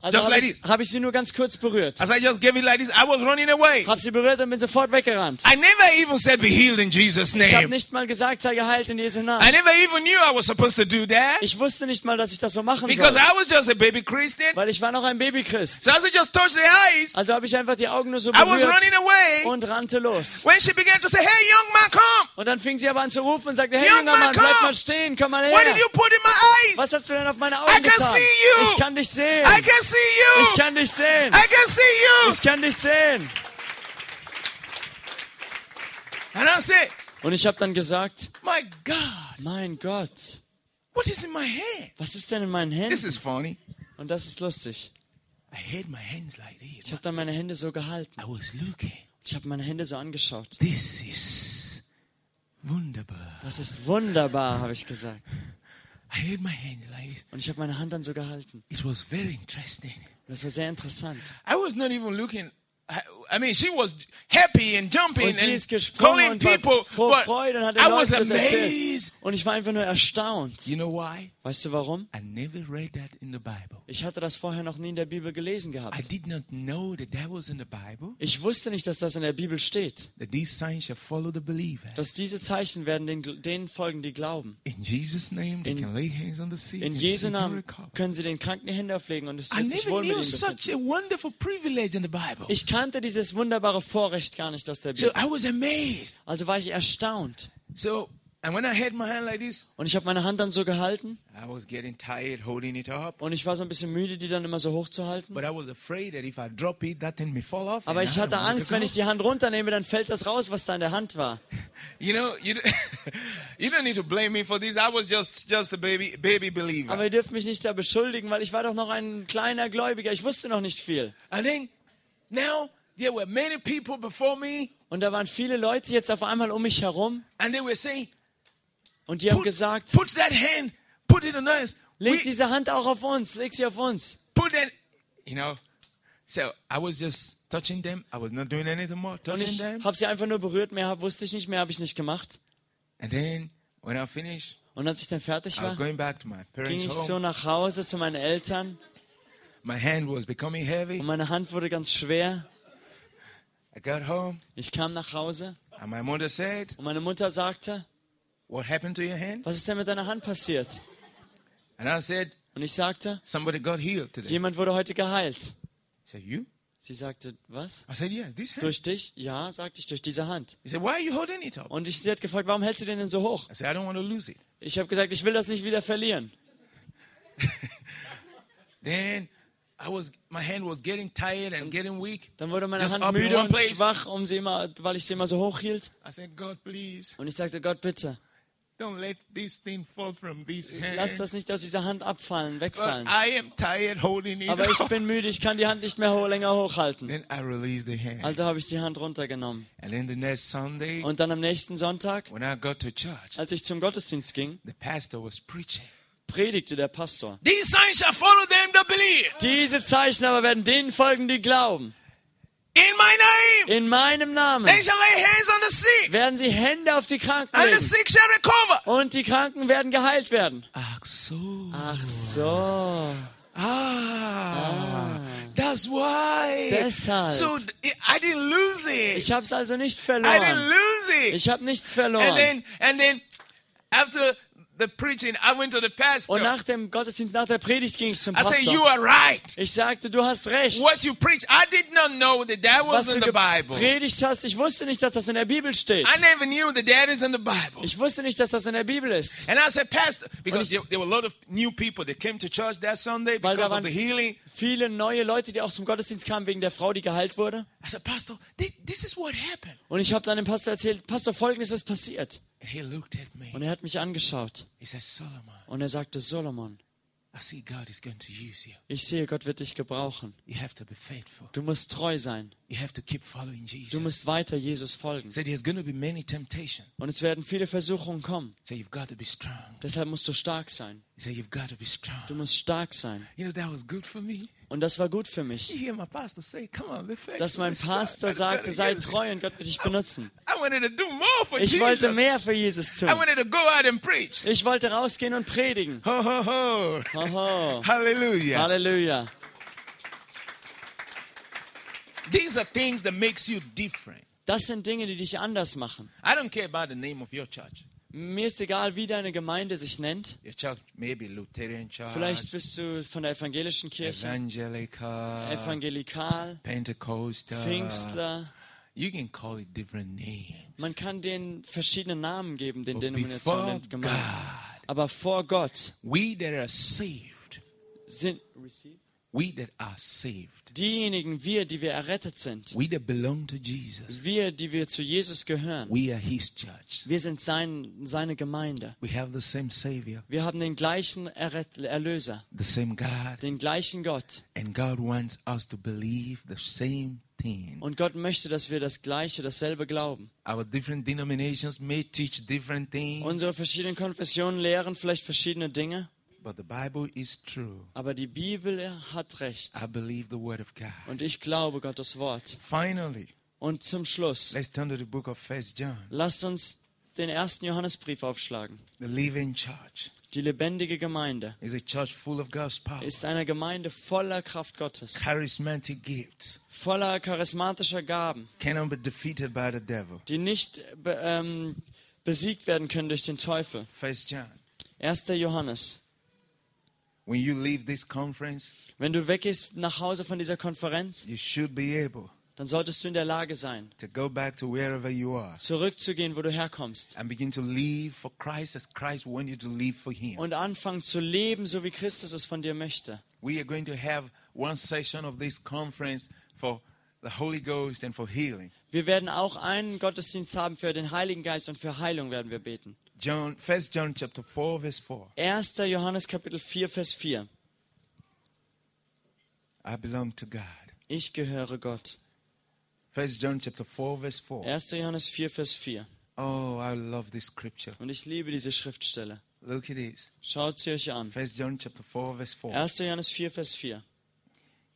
Also
Just
habe
like
ich,
this.
hab ich sie nur ganz kurz berührt.
As I just gave it like this, I was running away.
Habe sie berührt und bin sofort weggerannt.
I never even said be healed in Jesus'
Ich habe
name.
nicht mal gesagt, sei geheilt in Jesu Namen.
I never even knew I was supposed to do that
Ich wusste nicht mal, dass ich das so machen
because
soll,
I was just a baby Christian.
weil ich war noch ein Babychrist.
So as I just touched the eyes,
Also habe ich einfach die Augen nur so
I was running
berührt
away.
und rannte los.
When she began to say, "Hey, young man, come!
Und dann fing sie aber an zu rufen und sagte, hey
Young
junger
man,
Mann, bleib
komm!
mal stehen, komm mal
What did
her.
you put in my eyes?
Was hast du denn auf meine
I
Augen
can
getan?
see you.
Ich kann dich sehen.
I can see
Ich
you.
kann dich sehen.
I can see you."
Ich kann dich sehen.
And I said,
Und ich habe dann gesagt,
"My God,
mein Gott,
what is in my hand?
was ist denn in meinen
This
Händen?
is funny."
Und das ist lustig.
I held my hands like
Ich
this.
habe dann meine Hände so gehalten.
I was looking.
Ich habe meine Hände so angeschaut.
This is wunderbar.
Das ist wunderbar, habe ich gesagt.
I held my hand like this.
Und ich habe meine Hand dann so gehalten.
It was very interesting.
Das war sehr interessant.
I was not even looking. I, I mean, she was happy and jumping
Und sie
and
ist gesprungen
calling
und war
people.
froh
But
Freude und hat den
I was
Leuten das erzählt.
amazed.
Und ich war einfach nur erstaunt.
You know why?
Weißt du warum?
I never read that in the Bible.
Ich hatte das vorher noch nie in der Bibel gelesen
I
gehabt.
did not know that that was in the Bible.
Ich wusste nicht, dass das in der Bibel steht.
That these signs shall follow the believer.
Dass diese Zeichen werden den, denen folgen, die glauben.
In Jesus' name, they
In-
can lay hands on the sick
In
and the
Jesu
sick will
Namen
recover.
können sie den Kranken die Hände auflegen und es
I
wird sich
never
wohl mit
knew
ihnen befinden.
such a wonderful privilege in the Bible.
Ich kannte dieses wunderbare Vorrecht gar nicht aus der
So
Bibel.
I was amazed.
Also war ich erstaunt.
So, and when I had my hand like this,
Und ich habe meine Hand dann so gehalten
I was getting tired holding it up.
und ich war so ein bisschen müde, die dann immer so hochzuhalten.
But I was afraid that if I drop it, that thing may fall off.
Aber
and I
ich
don't
hatte
want it to
Angst, wenn
go.
ich die Hand runternehme, dann fällt das raus, was da in der Hand war.
You know, you, d- <laughs> you don't need to blame me for this. I was just just a baby baby believer.
Aber ihr dürft mich nicht da beschuldigen, weil ich war doch noch ein kleiner Gläubiger. Ich wusste noch nicht viel.
and then now there were many people before me,
Und da waren viele Leute jetzt auf einmal um mich herum
and they were saying,
und die haben
"Put-
gesagt,
"Put that hand, put it on us.
leg
We-
diese Hand auch auf uns, leg sie auf uns.
put that." You know, so I was just touching them. I was not doing anything more,
Und
touching
ich
them.
habe sie einfach nur berührt, mehr hab, wusste ich nicht, mehr habe ich nicht gemacht.
And then when I finished,
Und als ich dann fertig
I was
war,
going back to my
ging
parents'
ich
home.
so nach Hause zu meinen Eltern
My hand was becoming heavy.
und meine Hand wurde ganz schwer.
I got home,
Ich kam nach Hause
and my mother said,
und meine Mutter sagte,
What happened to your hand?
was ist denn mit deiner Hand passiert?
And I said,
Und ich sagte,
Somebody got healed today.
jemand wurde heute geheilt.
She said, You?
Sie sagte, was?
I said, Yes, this hand.
Durch dich? Ja, sagte ich, durch diese Hand.
He said, Why are you holding it up?
Und ich, sie hat gefragt, warum hältst du den denn so hoch?
I said, I don't want to lose it.
Ich habe gesagt, ich will das nicht wieder verlieren.
Then I was my hand was getting tired and getting weak.
Dann wurde meine
Just
Hand
up in
müde
one
und
place.
schwach, um sie immer, weil ich sie immer so hoch hielt.
I said, God, please
Und ich sagte, Gott, bitte,
don't let this thing fall from this
lass
hand.
das nicht aus dieser Hand abfallen,
But
wegfallen.
I am tired holding it.
Aber ich
up.
bin müde, ich kann die Hand nicht mehr ho länger hochhalten.
Then I released the hand.
Also habe ich die Hand runtergenommen.
And then the next Sunday,
Und dann am nächsten Sonntag,
when I got to church,
als ich zum Gottesdienst ging,
the pastor was preaching.
predigte der Pastor.
These signs shall follow them that believe.
Diese Zeichen aber werden denen folgen, die glauben.
In my name,
In meinem Namen
they shall lay hands on the sick,
werden sie Hände auf die Kranken
and the
legen.
sick shall recover.
Und die Kranken werden geheilt werden.
Ah, so.
Ach so.
Ah, that's why.
Deshalb.
So th- I didn't lose it.
Ich hab's also nicht
I didn't
verloren.
lose it.
Ich hab nichts
And
verloren.
then, and then, after the preaching, I went to the pastor.
Und nach dem Gottesdienst, nach der Predigt ging ich zum
I said, Also, "You
Pastor.
are right.
Ich sagte, du hast recht.
What you preach, I did not know that that
Was
was
du
in the Bible.
gepredigt hast, ich wusste nicht, dass das in der Bibel steht.
I never knew that that is in the Bible."
Ich wusste nicht, dass das in der Bibel ist.
And I said, Pastor, because
ich-
there, there were a lot of new people that came to church that Sunday
Weil da
because of
waren-
the healing.
Viele neue Leute, die auch zum Gottesdienst kamen wegen der Frau, die geheilt wurde.
I said, Pastor, thi- this is what happened.
Und ich habe dann dem Pastor erzählt, Pastor, folgendes ist passiert.
And he looked at me.
Und er hat mich angeschaut
He said, Solomon,
und er sagte, Solomon,
I see God is going to use you.
ich sehe, Gott wird dich gebrauchen.
You have to be faithful.
Du musst treu sein.
You have to keep following
Du
Jesus.
musst weiter Jesus folgen.
Said there's going to be many temptations.
Und es werden viele Versuchungen kommen.
Said you've got to be strong.
Deshalb musst du stark sein.
He said you've got to be
Du
strong.
musst stark sein.
You know that was good for me.
Und das war gut für
You
mich,
hear my pastor say, "Come on, be faithful."
dass mein
be strong.
Pastor
But you gotta
sagte, sei
get it.
treu und Gott wird dich benutzen.
I wanted to do more for
Ich wollte
Oh, Jesus.
mehr für Jesus
I
tun.
wanted to go out and preach.
Ich wollte rausgehen und predigen.
Ho ho ho!
Hoho.
Hallelujah.
Halleluja.
These are things that makes you different.
Das sind Dinge, die dich anders machen.
I don't care about the name of your church.
Mir ist egal, wie deine Gemeinde sich nennt.
Your church may be Lutheran church,
Vielleicht bist du von der evangelischen Kirche,
evangelical,
evangelikal,
Pentecostal,
Pfingstler.
You can call it different names.
Man kann denen verschiedene Namen geben, den
But
Denominationen
before
und
God,
Gemeinden. Aber vor Gott
we that are saved,
sind
we that are saved,
diejenigen, wir, die wir errettet sind,
we that belong to Jesus,
wir, die wir zu Jesus gehören,
we are His church.
wir sind sein, seine Gemeinde.
We have the same Savior,
Wir haben den gleichen Errett Erlöser,
the same God,
den gleichen Gott.
and God wants us to believe the same thing.
Und Gott möchte, dass wir das Gleiche, dasselbe glauben.
Our different denominations may teach different things,
Unsere verschiedenen Konfessionen lehren vielleicht verschiedene Dinge,
but the Bible is true.
aber die Bibel hat recht.
I believe the Word of God.
Und ich glaube Gottes Wort.
Finally,
Und zum Schluss,
let's turn to the book of First John,
lasst uns den ersten Johannesbrief aufschlagen.
the living church.
Die lebendige Gemeinde
is a church full of God's power,
ist eine Gemeinde voller Kraft Gottes,
charismatic gifts,
voller charismatischer Gaben,
cannot be defeated by the devil.
die nicht be ähm, besiegt werden können durch den Teufel.
First John.
1. Johannes.
When you leave this conference,
Wenn du weggehst nach Hause von dieser Konferenz,
you should be able
dann solltest du in der Lage sein,
to go back to wherever you are
zurückzugehen, wo du herkommst.
and begin to live for Christ as Christ wanted you to live for Him.
und anfangen zu leben, so wie Christus es von dir möchte.
We are going to have one session of this conference for the Holy Ghost and for healing.
Wir werden auch einen Gottesdienst haben für den Heiligen Geist und für Heilung werden wir beten.
John, First John chapter four, verse four.
1. Johannes Kapitel 4 Vers 4.
I belong to God.
Ich gehöre Gott.
First John chapter four, verse four.
1. Johannes 4 Vers 4.
Oh, I love this scripture.
Und ich liebe diese Schriftstelle.
Look at this.
Schaut sie euch an.
First John chapter four, verse four.
1. Johannes 4 Vers 4.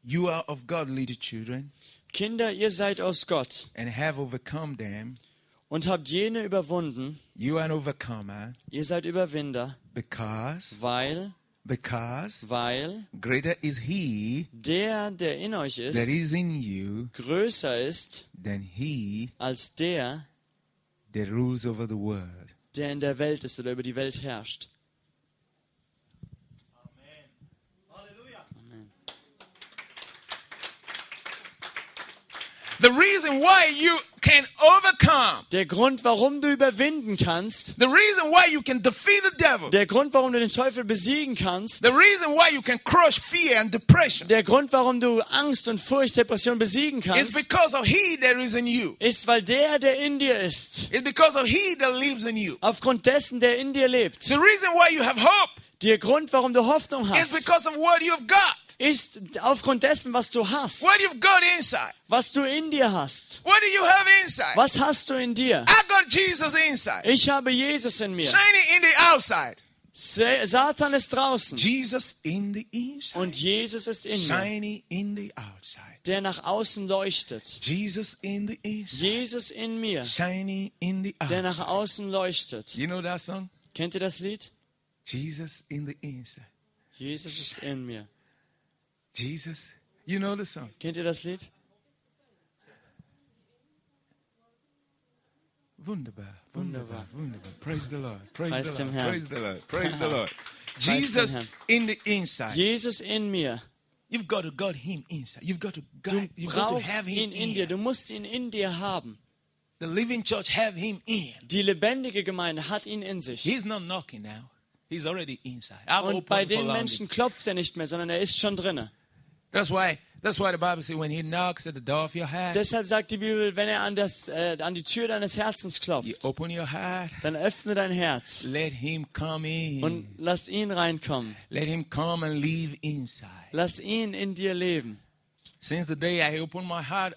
You are of God, little children,
Kinder, ihr seid aus Gott
and have overcome them.
und habt jene überwunden.
You are an overcomer,
Ihr seid Überwinder,
because
weil
Because
weil
greater is he
der, der in euch
that
ist,
is in you
größer ist
than he
als der,
that rules over the world.
der in der Welt ist oder über die Welt herrscht.
The reason why you can overcome,
Der Grund, warum du überwinden kannst,
the reason why you can defeat the devil,
der Grund, warum du den Teufel besiegen kannst,
the reason why you can crush fear and depression
der Grund, warum du Angst und Furcht, Depression besiegen
is
kannst,
because of he that is in you.
ist, weil der, der in dir ist,
It's because of he that lives in you.
aufgrund dessen, der in dir lebt,
The reason why you have hope
der Grund, warum du Hoffnung
is
hast,
because of what you've got.
ist aufgrund dessen, was du hast,
What you've got inside.
was du in dir hast.
What do you have inside?
Was hast du in dir?
I got Jesus inside.
Ich habe Jesus in mir.
Shiny in the outside.
Sa- Satan ist draußen
Jesus in the inside.
und Jesus ist in mir,
Shiny in the outside.
der nach außen leuchtet.
Jesus in the inside.
Jesus in mir,
Shiny in the
der nach
outside.
außen leuchtet.
You know that song?
Kennt ihr das Lied?
Jesus in the inside.
Jesus ist in mir.
Jesus. You know the song?
Kennt ihr das Lied?
Wunderbar. Wunderbar. Wunderbar. Praise the Lord.
Preis
Praise the
dem
Lord.
Herrn.
Praise the Lord. Praise the Lord. Jesus
Herrn.
in the inside.
Jesus in mir.
You've got to got him inside. You've got to
Du
God, you've got to have
brauchst
him
ihn in
in.
dir. Du musst ihn in dir haben.
The living church have him in.
Die lebendige Gemeinde hat ihn in sich.
He's not knocking now. He's already inside. I'm
Und bei
open for
den
London.
Menschen klopft er nicht mehr, sondern er ist schon drinne.
That's why that's why the Bible says when he knocks at the door of your heart,
Deshalb sagt die Bibel, wenn er an, das, äh, an die Tür deines Herzens
you
klopft,
open your heart.
dann öffne dein Herz
Let him come in.
und lass ihn reinkommen.
Let him come and live inside.
Lass ihn in dir leben.
Since the day I opened my heart,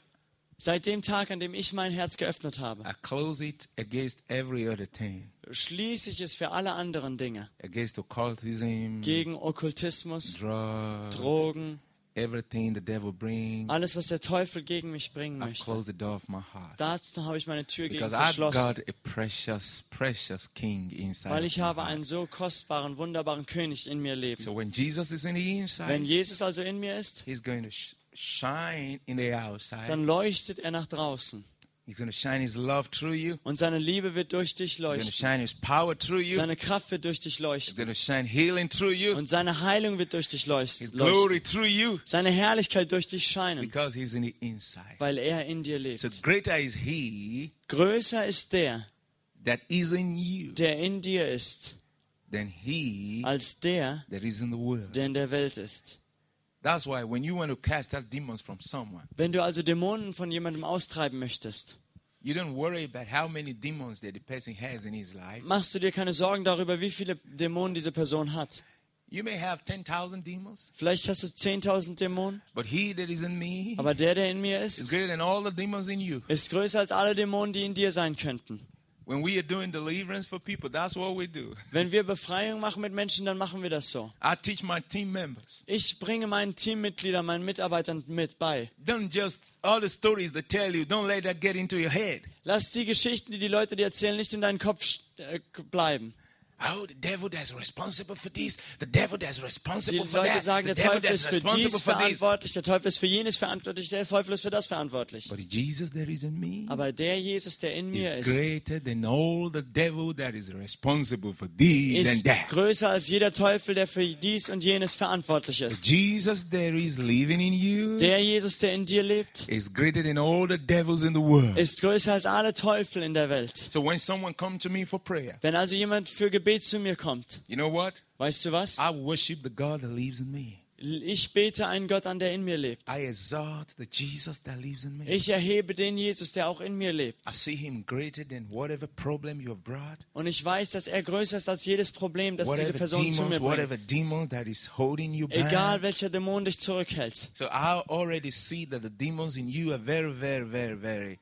Seit dem Tag, an dem ich mein Herz geöffnet habe,
I close it against every other thing,
schließe ich es für alle anderen Dinge.
against occultism,
Gegen Okkultismus,
drugs,
Drogen,
everything the devil brings.
alles, was der Teufel gegen mich bringen
I
möchte.
close the door of my heart.
Dazu habe ich meine Tür gegen
Because I've got
verschlossen,
a precious, precious king inside.
weil
of
ich
me.
habe einen so kostbaren, wunderbaren König in mir leben.
So when Jesus is in the inside,
Wenn Jesus also in mir ist,
he's going to sh- shine in the outside.
dann leuchtet er nach draußen.
he's going to shine his love through you.
Und seine Liebe wird durch dich
He's going to
leuchten.
shine his power through you.
Seine Kraft wird durch dich
he's
leuchten.
going to shine healing through you.
Und seine Heilung wird durch dich
His
leuchten. leuchten.
glory through you.
Seine Herrlichkeit durch dich scheinen,
Because he's in the inside.
weil er in dir
So
lebt.
greater is he
Größer ist der,
that is in you
der in dir ist,
than he
als der,
that is in the world.
der in der Welt ist.
That's why when you want to cast out demons from someone,
Wenn du also Dämonen von jemandem austreiben möchtest,
you don't worry about how many demons that the person has in his life.
machst du dir keine Sorgen darüber, wie viele Dämonen diese Person hat.
You may have 10,000 demons,
Vielleicht hast du 10.000 Dämonen,
but he that is in me
aber der, der in mir
is
ist,
greater than all the demons in you.
ist größer als alle Dämonen, die in dir sein könnten.
When we are doing deliverance for people, that's what we do.
Wenn wir Befreiung machen mit Menschen, dann machen wir das so.
I teach my team members.
Ich bringe meinen Teammitgliedern, meinen Mitarbeitern mit bei.
Don't just, all the stories they tell you, don't let that get into your head.
Lass die Geschichten, die die Leute dir erzählen, nicht in deinen Kopf sch- äh, bleiben.
Oh, the devil that's responsible for this, the devil that's
Die
responsible for
Leute
that,
sagen,
the
der
devil
Teufel ist
that's
für
responsible
dies
for this.
verantwortlich, der Teufel ist für jenes verantwortlich, der Teufel ist für das verantwortlich.
But Jesus that is in me
Aber der Jesus, der in mir
is
ist,
greater than all the devil that is responsible for this and
ist
that.
größer als jeder Teufel, der für dies und jenes verantwortlich ist.
Jesus that is living in you
Der Jesus, der in dir lebt,
is greater than all the devils in the world.
ist größer als alle Teufel in der Welt.
So when someone come to me for prayer,
Wenn also jemand für Gebet zu mir kommt,
you know what?
weißt du was?
I worship the God that lives in me.
Ich bete einen Gott an, der in mir lebt.
I exalt the Jesus that lives in me.
Ich erhebe den Jesus, der auch in mir lebt.
I see him greater than whatever problem you have brought,
Und ich weiß, dass er größer ist als jedes Problem, das diese
whatever
Person zu
demons,
mir bringt.
whatever demon that is holding you
Egal
back.
welcher Dämon dich zurückhält.
So I already see that the demons in you are very, very, very, very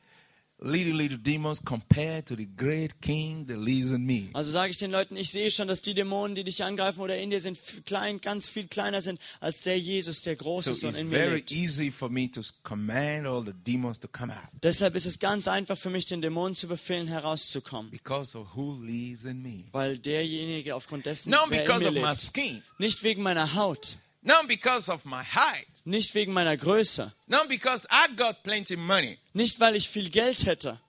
little, little demons compared to the great king that lives in me.
Also sage ich den Leuten, ich sehe schon, dass die Dämonen, die dich angreifen oder in dir sind, f- klein, ganz viel kleiner sind als der Jesus, der groß
So
ist und
it's
in mir
very
lebt.
easy for me to command all the demons to come out
Deshalb ist es ganz einfach für mich, den Dämonen zu befehlen, herauszukommen.
because of who lives in me.
Weil derjenige aufgrund dessen,
Not
wer in
because
mir
of my
lebt,
skin,
nicht wegen meiner Haut,
not because of my height,
nicht wegen meiner Größe,
not because I got plenty money.
nicht weil ich viel Geld hätte.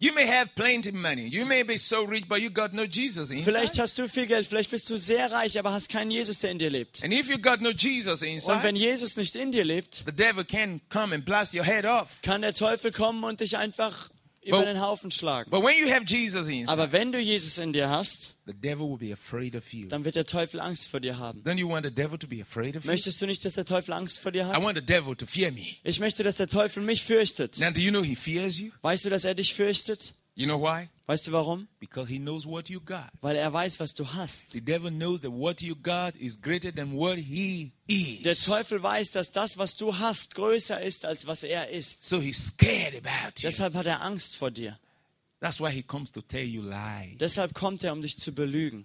You may have plenty money. You may be so rich, but you got no Jesus inside.
Vielleicht hast du viel Geld, vielleicht bist du sehr reich, aber hast keinen Jesus, der in dir lebt.
And if you got no Jesus
Und wenn
inside,
Jesus nicht in dir lebt,
the devil can come and blast your head off.
kann der Teufel kommen und dich einfach über
But-
den Haufen schlagen.
But when you have Jesus inside,
Aber wenn du Jesus in dir hast,
the devil will be afraid of you.
dann wird der Teufel Angst vor dir haben.
Don't you want the devil to be afraid of you?
Möchtest du nicht, dass der Teufel Angst vor dir
I
hat?
want the devil to fear me.
Ich möchte, dass der Teufel mich fürchtet.
Now, do you know he fears you?
Weißt du, dass er dich fürchtet?
You know why?
Weißt du warum?
Because he knows what you got.
Weil er weiß, was du hast.
The devil knows that what you got is greater than what he
Der
is.
Teufel weiß, dass das, was du hast, größer ist, als was er ist.
So he's scared about you.
Deshalb hat er Angst vor dir.
That's why he comes to tell you lies.
Deshalb kommt er, um dich zu belügen.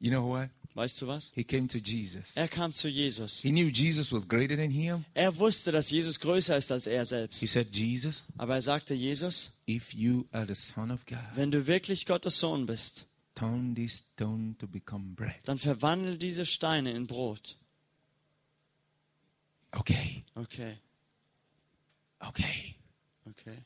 You know what?
Weißt du was?
He came to Jesus.
Er kam zu Jesus.
He knew Jesus was greater than him.
Er wusste, dass Jesus größer ist als er
He
selbst.
said, Jesus,
Aber er sagte, Jesus,
if you are the Son of God,
wenn du wirklich Gottes Sohn bist,
turn this stone to become bread.
dann verwandle diese Steine in Brot.
Okay,
Okay,
okay.
okay.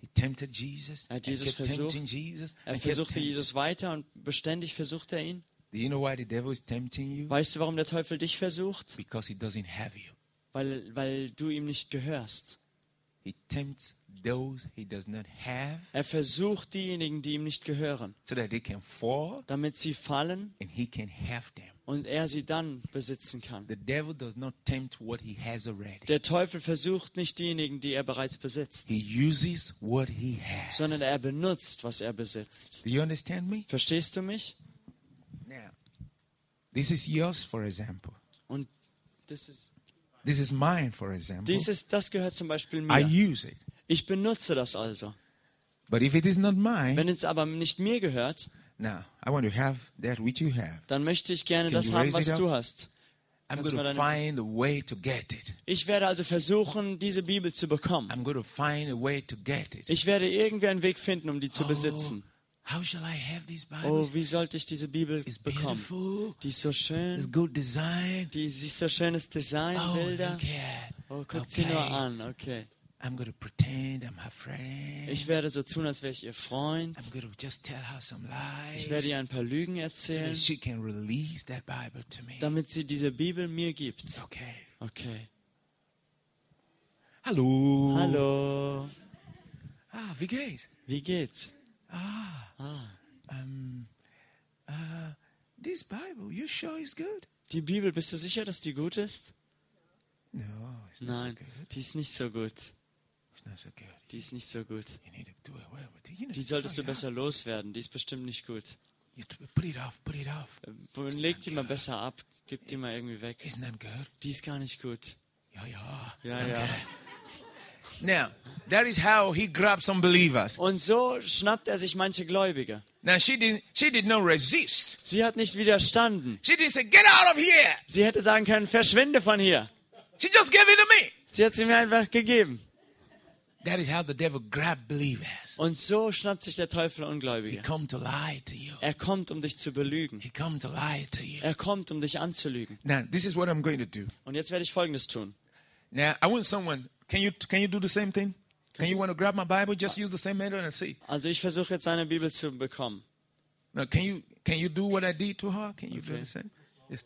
He tempted Jesus.
Er
and
hat Jesus
kept
versucht.
tempting Jesus.
Er
and kept
versuchte
tempting-
Jesus weiter und beständig versucht er ihn.
Do you know why the devil is tempting you?
Weißt du, warum der Teufel dich versucht?
Because he doesn't have you.
Weil, weil du ihm nicht gehörst.
He tempts those he does not have
Er versucht diejenigen, die ihm nicht gehören,
so that they can fall
damit sie fallen
and he can have them.
und er sie dann besitzen kann.
The devil does not tempt what he has already.
Der Teufel versucht nicht diejenigen, die er bereits besitzt,
He uses what he has.
sondern er benutzt, was er besitzt.
Do you understand me?
Verstehst du mich?
Now, this is yours, for example.
Und das ist,
This is mine, for example.
dies ist, das gehört zum Beispiel
I
mir.
use it.
Ich benutze das also.
But if it is not mine,
Wenn es aber nicht mir gehört,
now I want to have that which you have.
dann möchte ich gerne
Can
das
you
haben,
raise it
was
up?
du hast.
I'm
Kannst
going
du mal
to
deine-
find a way to get it.
Ich werde also versuchen, diese Bibel zu bekommen.
I'm going to find a way to get it.
Ich werde irgendwie einen Weg finden, um die zu besitzen.
Oh, how shall I have this Bible?
Oh, wie sollte ich diese Bibel
it's
bekommen?
beautiful.
Die ist so
It's
schön.
good design.
Die ist so schönes Design,
Oh,
Bilder.
look here.
Oh, guck sie nur an, okay.
I'm going to pretend I'm her friend.
Ich werde so tun, als wäre ich ihr Freund.
I'm going to just tell her some lies.
Ich werde ihr ein paar Lügen
so that
erzählen,
she can release that Bible to me.
damit sie diese Bibel mir gibt.
Okay.
Okay.
Hallo.
Hallo.
Ah, wie geht's?
Wie geht's? Ah.
Um, uh, this Bible, you sure is good?
Die Bibel, bist du sicher, dass die gut ist?
No, it's not
Nein,
so good.
die ist nicht so gut.
It's not so good.
Die ist nicht so gut.
You need to do it well with it. You know,
Die solltest du
try it
besser
out.
loswerden. Die ist bestimmt nicht gut.
You t- put it off, put it off.
Ähm, Leg die mal besser ab. Gib die mal irgendwie weg.
Isn't that good?
Die ist gar nicht gut.
Yeah, yeah.
Ja, ja.
Now, that is how he grabbed some believers.
Und so schnappt er sich manche Gläubige.
Now she didn't she did not resist.
Sie hat nicht widerstanden.
She didn't say, Get out of here.
Sie hätte sagen können, verschwinde von hier.
She just gave it to me.
Sie hat sie mir einfach gegeben.
That is how the devil grabbed believers.
Und so schnappt sich der Teufel
He
Ungläubige.
come to lie to you.
Er kommt, um dich zu belügen.
He come to lie to you.
Er kommt, um dich anzulügen.
Now, this is what I'm going to do.
Und jetzt werde ich Folgendes tun.
Now, I want someone. Can you can you do the same thing? Can you want to grab my Bible? Just use the same method and see.
Also ich versuche jetzt seine Bibel zu bekommen.
Now, can you can you do what I did to her? Can you do
Okay.
the same? It's,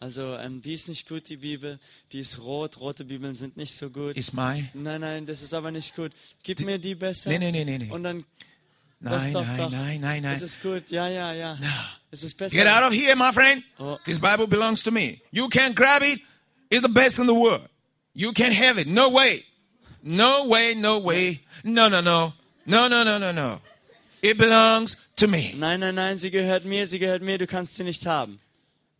Also ähm, die ist nicht gut, die Bibel. Die ist rot. Rote Bibeln sind nicht so gut.
it's mine.
Nein, nein, das ist aber nicht gut. Gib mir die besser.
Nee, nee, nee, nee, nee.
Und dann,
Nein,
doch, doch,
nein,
doch.
nein, nein, nein.
Es ist gut, ja, ja, ja. Es ist besser.
Get out of here, my friend.
Oh.
This Bible belongs to me. You can't grab it. It's the best in the world. You can't have it. No way. No way. No way. No, no, no. No, no, no, no, no. It belongs to me.
Nein, nein, nein, sie gehört mir, sie gehört mir, du kannst sie nicht haben.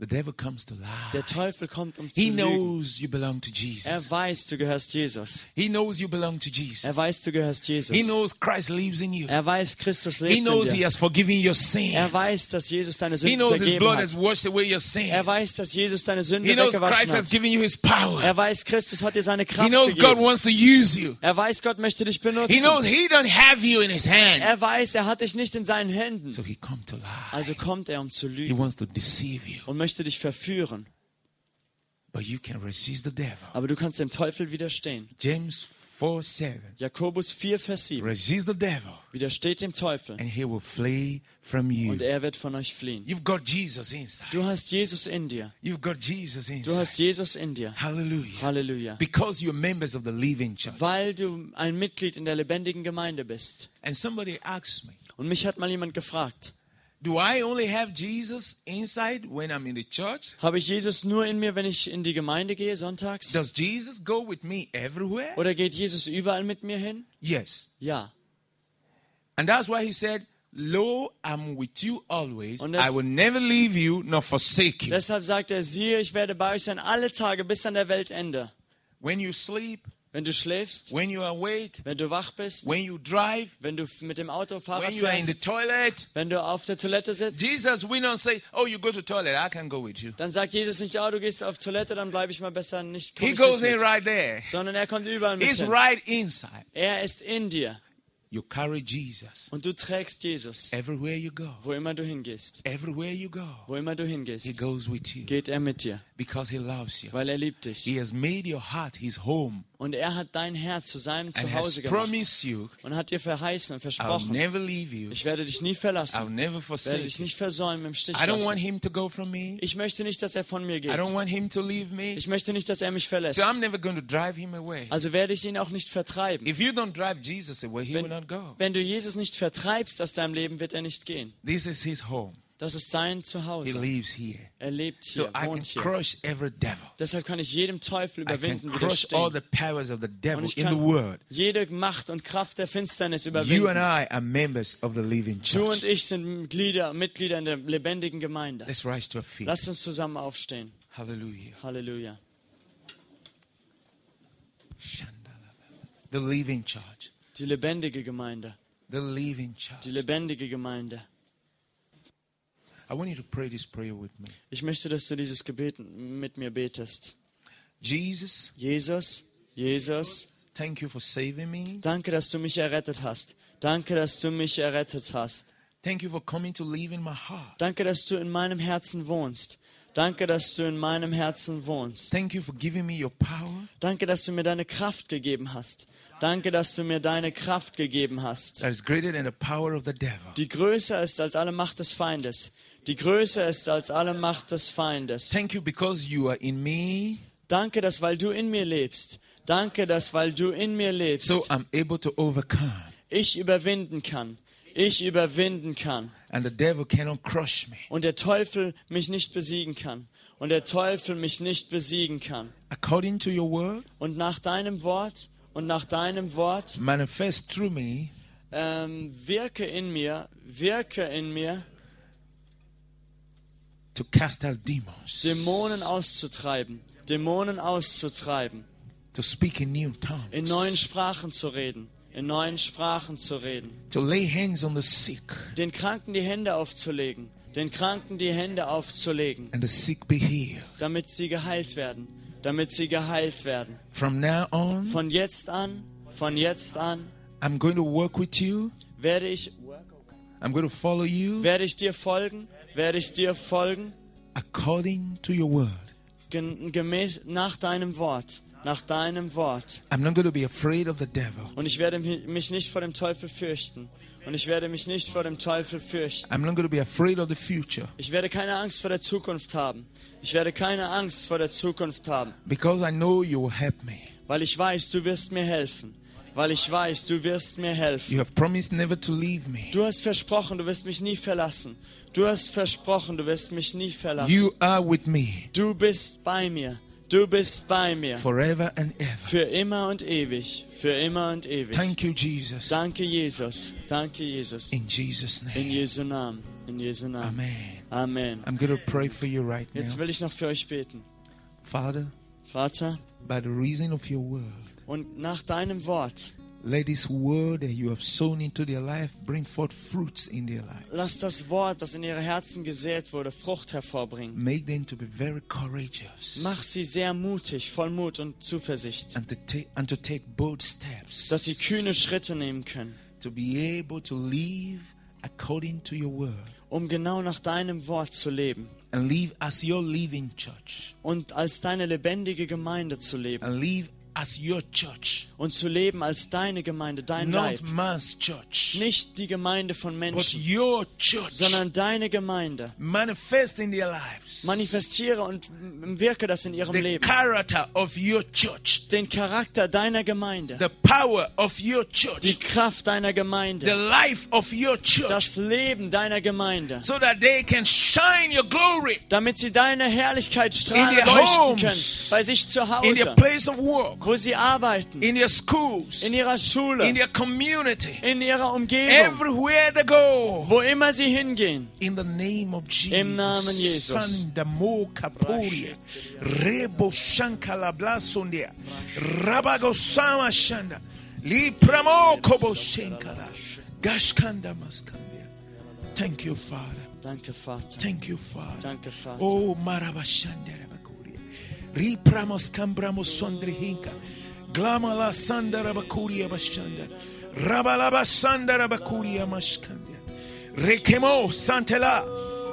The devil comes to lie.
Der Teufel kommt, um zu
He
lügen.
knows you belong to Jesus.
Er weiß, du gehörst Jesus.
He knows you belong to
Er
Jesus.
weiß, du gehörst
He
Jesus.
knows Christ lives in you.
Er weiß, Christus lebt
He
in
knows He
dir.
has forgiven your
Er
sins.
weiß, dass Jesus deine
He
Sünden
knows His
vergeben
blood has
hat.
washed away your
Er
sins.
weiß, dass Jesus deine Sünden
He knows
weggewaschen
Christ has
hat.
given you His power.
Er weiß, Christus hat dir seine
He
Kraft
knows God
gegeben.
wants to use you.
Er weiß, Gott möchte dich
He knows
benutzen.
He don't have you in His hand.
Er weiß, er hat dich nicht in seinen Händen.
So He come to lie.
Also kommt er, um zu
He
lügen
wants to deceive you,
und möchte dich verführen.
but you can resist the devil.
Aber du kannst dem Teufel widerstehen.
James 4 7.
Jakobus 4, Vers 7.
Resist the devil,
Widersteht dem Teufel
and he will flee from
und
you.
er wird von euch fliehen.
You've got Jesus inside.
Du hast Jesus in dir.
You've got Jesus
Du hast
inside.
Jesus in dir.
Hallelujah.
Halleluja.
Because you're members of the living church.
Weil du ein Mitglied in der lebendigen Gemeinde bist.
And somebody asks me,
Und mich hat mal jemand gefragt,
Do I only have Jesus inside when I'm in the church?
habe ich Jesus nur in mir, wenn ich in die Gemeinde gehe, sonntags?
Does Jesus go with me everywhere?
Oder geht Jesus überall mit mir hin?
Yes.
Ja.
And that's why he said, Lo, I'm with you always.
Und
I
das-
will never leave you nor forsake you.
Deshalb sagt er, siehe, ich werde bei euch sein alle Tage bis an der Weltende.
When you sleep,
Wenn du schläfst,
when you're awake,
wenn du wach bist,
when you drive,
wenn du f- mit dem Auto Fahrrad
when you are in the
fährst,
toilet,
wenn du auf der Toilette sitzt,
Jesus will not say, "Oh, you go to toilet. I can go with you."
dann sagt Jesus nicht, oh, du gehst auf Toilette, dann bleibe ich mal besser nicht. komm
He
ich nicht
goes in
mit.
right there.
Sondern er kommt überall mit
He's
hin.
right inside.
Er ist in dir
You carry Jesus
und du trägst Jesus,
everywhere you go.
wo immer du hingehst.
Everywhere you go,
Wo immer du
He
hingehst,
goes with you
geht er mit dir,
because He loves you.
weil er liebt dich.
He has made your heart His home
Und er hat dein Herz zu seinem
and has
Zuhause gemacht
promised you,
und hat dir verheißen und
"I'll
versprochen,
never leave you.
ich werde dich nie
I'll
verlassen,
never
werde dich
forsake you.
nicht versäumen, im Stich
I don't want
lassen.
Him to go from me.
Ich möchte nicht, dass er von mir
I
geht.
don't want Him to leave me.
Ich möchte nicht, dass er mich verlässt.
So I'm never going to drive Him away.
Also werde ich ihn auch nicht vertreiben.
If you don't drive Jesus away, He will
Wenn,
not go.
wenn du Jesus nicht vertreibst aus deinem Leben, wird er nicht gehen.
This is His home.
Das ist sein
He
Zuhause.
lives here.
Er lebt
So
hier,
I can
wohnt hier.
crush every devil.
Deshalb kann ich jedem Teufel
I can
überwinden,
crush all
widerstehen.
the powers of the
Und
devil
ich
in the
kann
world.
jede Macht und Kraft der Finsternis
You and
überwinden.
I are members of the living
Du und
church.
ich sind Glieder, Mitglieder in der lebendigen Gemeinde.
Let's rise to our feet.
Lasst uns zusammen aufstehen.
Hallelujah.
Halleluja.
The living church.
Die lebendige Gemeinde.
The living
Die
church.
lebendige Gemeinde.
I want you to pray this prayer with me.
Ich möchte, dass du dieses Gebet mit mir betest.
Jesus,
Jesus, Jesus,
thank you for saving me.
danke, dass du mich errettet hast. Danke, dass du mich errettet hast.
Thank you for coming to live in my heart.
Danke, dass du in meinem Herzen wohnst. Danke, dass du in meinem Herzen wohnst.
Thank you for giving me your power
Danke, dass du mir deine Kraft gegeben hast. Danke, dass du mir deine Kraft gegeben hast.
that is greater than the power of the devil.
Die größer ist als alle Macht des Feindes. Die größer ist als alle Macht des Feindes.
Thank you because you are in me,
Danke, dass weil du in mir lebst. Danke, dass weil du in mir lebst,
so I'm able to overcome.
ich überwinden kann. Ich überwinden kann.
And the devil cannot crush me.
Und der Teufel mich nicht besiegen kann. Und der Teufel mich nicht besiegen kann.
According to your word,
Und nach deinem Wort und nach deinem Wort
manifest through me
ähm, wirke in mir, wirke in mir,
to cast out demons,
Dämonen auszutreiben. Dämonen auszutreiben.
to speak in new tongues,
In neuen Sprachen zu reden. In neuen Sprachen zu reden.
to lay hands on the sick
den Kranken die Hände aufzulegen, den Kranken die Hände aufzulegen,
and the sick be healed.
damit sie geheilt werden, damit sie geheilt werden.
From now on,
Von jetzt an, von jetzt an
I'm going to work with you.
werde ich
I'm going to follow you
werde ich dir folgen, werde ich dir folgen
according to your word.
gen- gemäß nach deinem Wort, nach deinem Wort
I'm not going to be afraid of the devil.
und ich werde mi- mich nicht vor dem Teufel fürchten und ich werde mich nicht vor dem Teufel fürchten.
I'm not going to be afraid of the future
Ich werde keine Angst vor der Zukunft haben. Ich werde keine Angst vor der Zukunft haben.
because I know you will help me.
weil ich weiß, du wirst mir helfen. Weil ich weiß, du wirst mir helfen.
You have promised never to leave me.
Du hast versprochen, du wirst mich nie verlassen. Du hast versprochen, du wirst mich nie verlassen.
You are with me
du bist bei mir. Du bist bei mir.
forever and ever.
Für immer und ewig. Für immer und ewig.
Thank you, Jesus.
Danke, Jesus. Danke, Jesus.
In Jesus'
In
name.
Jesu Namen. In Jesu Namen.
Amen.
Amen.
I'm going to pray for you right now.
Jetzt will ich noch für euch beten.
Father,
Vater,
by the reason of your word,
und nach deinem Wort,
let this word that you have sown into their life bring forth fruits in their life.
lass das Wort, das in ihre Herzen gesät wurde, Frucht hervorbringen.
Make them to be very courageous
Mach sie sehr mutig, voll Mut und Zuversicht,
and to take and to take bold steps
dass sie kühne Schritte nehmen können,
to be able to live according to your word
um genau nach deinem Wort zu leben
and live as your living church
und als deine lebendige Gemeinde zu leben
and live as your church,
und zu leben als deine Gemeinde, dein Leib.
not man's church,
Nicht die Gemeinde von
but
Menschen,
your church.
sondern deine Gemeinde.
Manifest in their lives
Manifestiere und m- wirke das in ihrem
the
Leben.
character of your church,
Den Charakter deiner Gemeinde,
the power of your
die
church,
Kraft deiner
the
Gemeinde,
life of your church,
das Leben deiner Gemeinde,
so that they can shine your glory
damit sie deine Herrlichkeit strahlen
their
leuchten können,
homes,
bei sich zu
in their
Hause,
place of work,
wo sie arbeiten,
in their schools,
in ihrer
in
Schule,
their community,
in ihrer Umgebung,
everywhere they go.
wo immer sie hingehen.
In the name of Jesus.
Im Namen Jesus.
Sandamo kaporia. Rebo shankala blasondia. Rabago sama shanda. Lipramo kobo shenkala. Gashkanda maskandia. Thank you, Father.
Danke, Vater.
Thank you, Father.
Danke, Vater.
Oh, marabashandere bakuria. Ripramos cambramos sondre hinka. Glamala sandara bakuria bashanda. Rabalaba sandara bakuria mashkandia. Rekemo santela.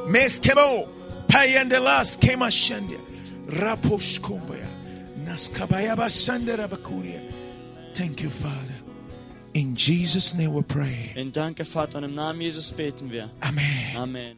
Meskemo. Payandelas kemashandia. Raposhkumbaya. Naskabaya basandara bakuria. Thank you, Father. In Jesus' name we pray.
In Danke, Vater, und im Namen Jesus beten wir.
Amen.
Amen.